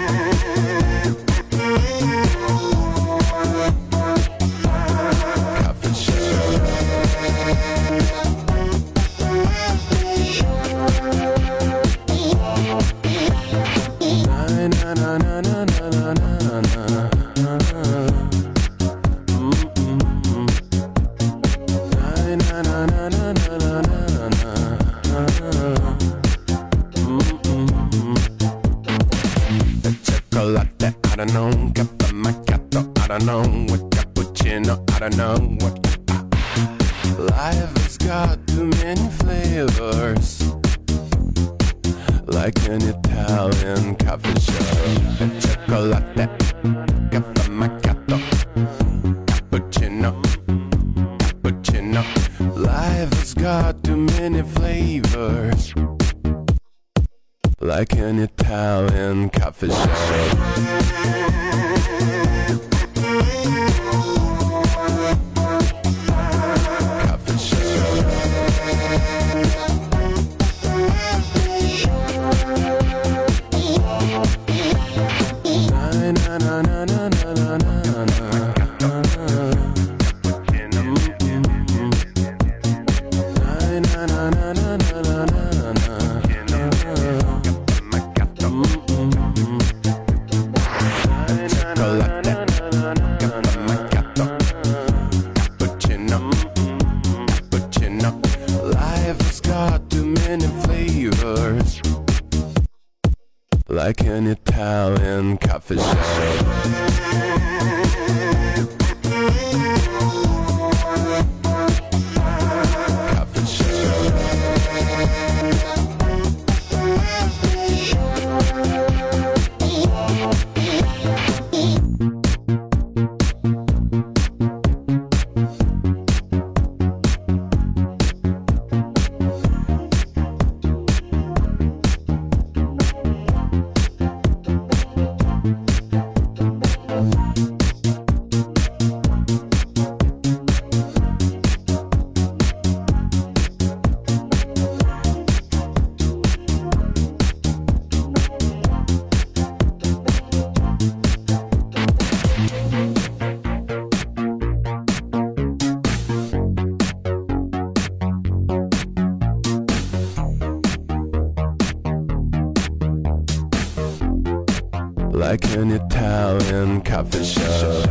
Speaker 7: Coffee shop. Na, na, na, na, na, na, na, na, na. Mm, mm, mm. Na, na, na, na, na, na, na, na, na. Chocolate, I don't know. Caffè macchiato, I don't know. With cappuccino, I don't know. What life has got too many flavors. Like an Italian coffee shop. Chocolate, caffè macchiato, cappuccino cappuccino. Life has got too many flavors. Like an Italian coffee shop. Coffee shop. Na, na, na, na, na, na, na, na, na. Like an Italian coffee shop. Coffee shop. like an Italian coffee shop.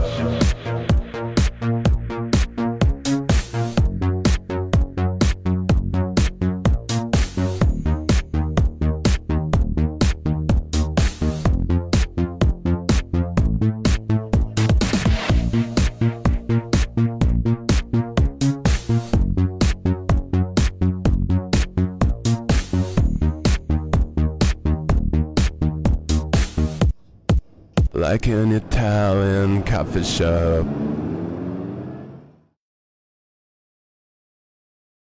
Speaker 7: like an Italian coffee shop.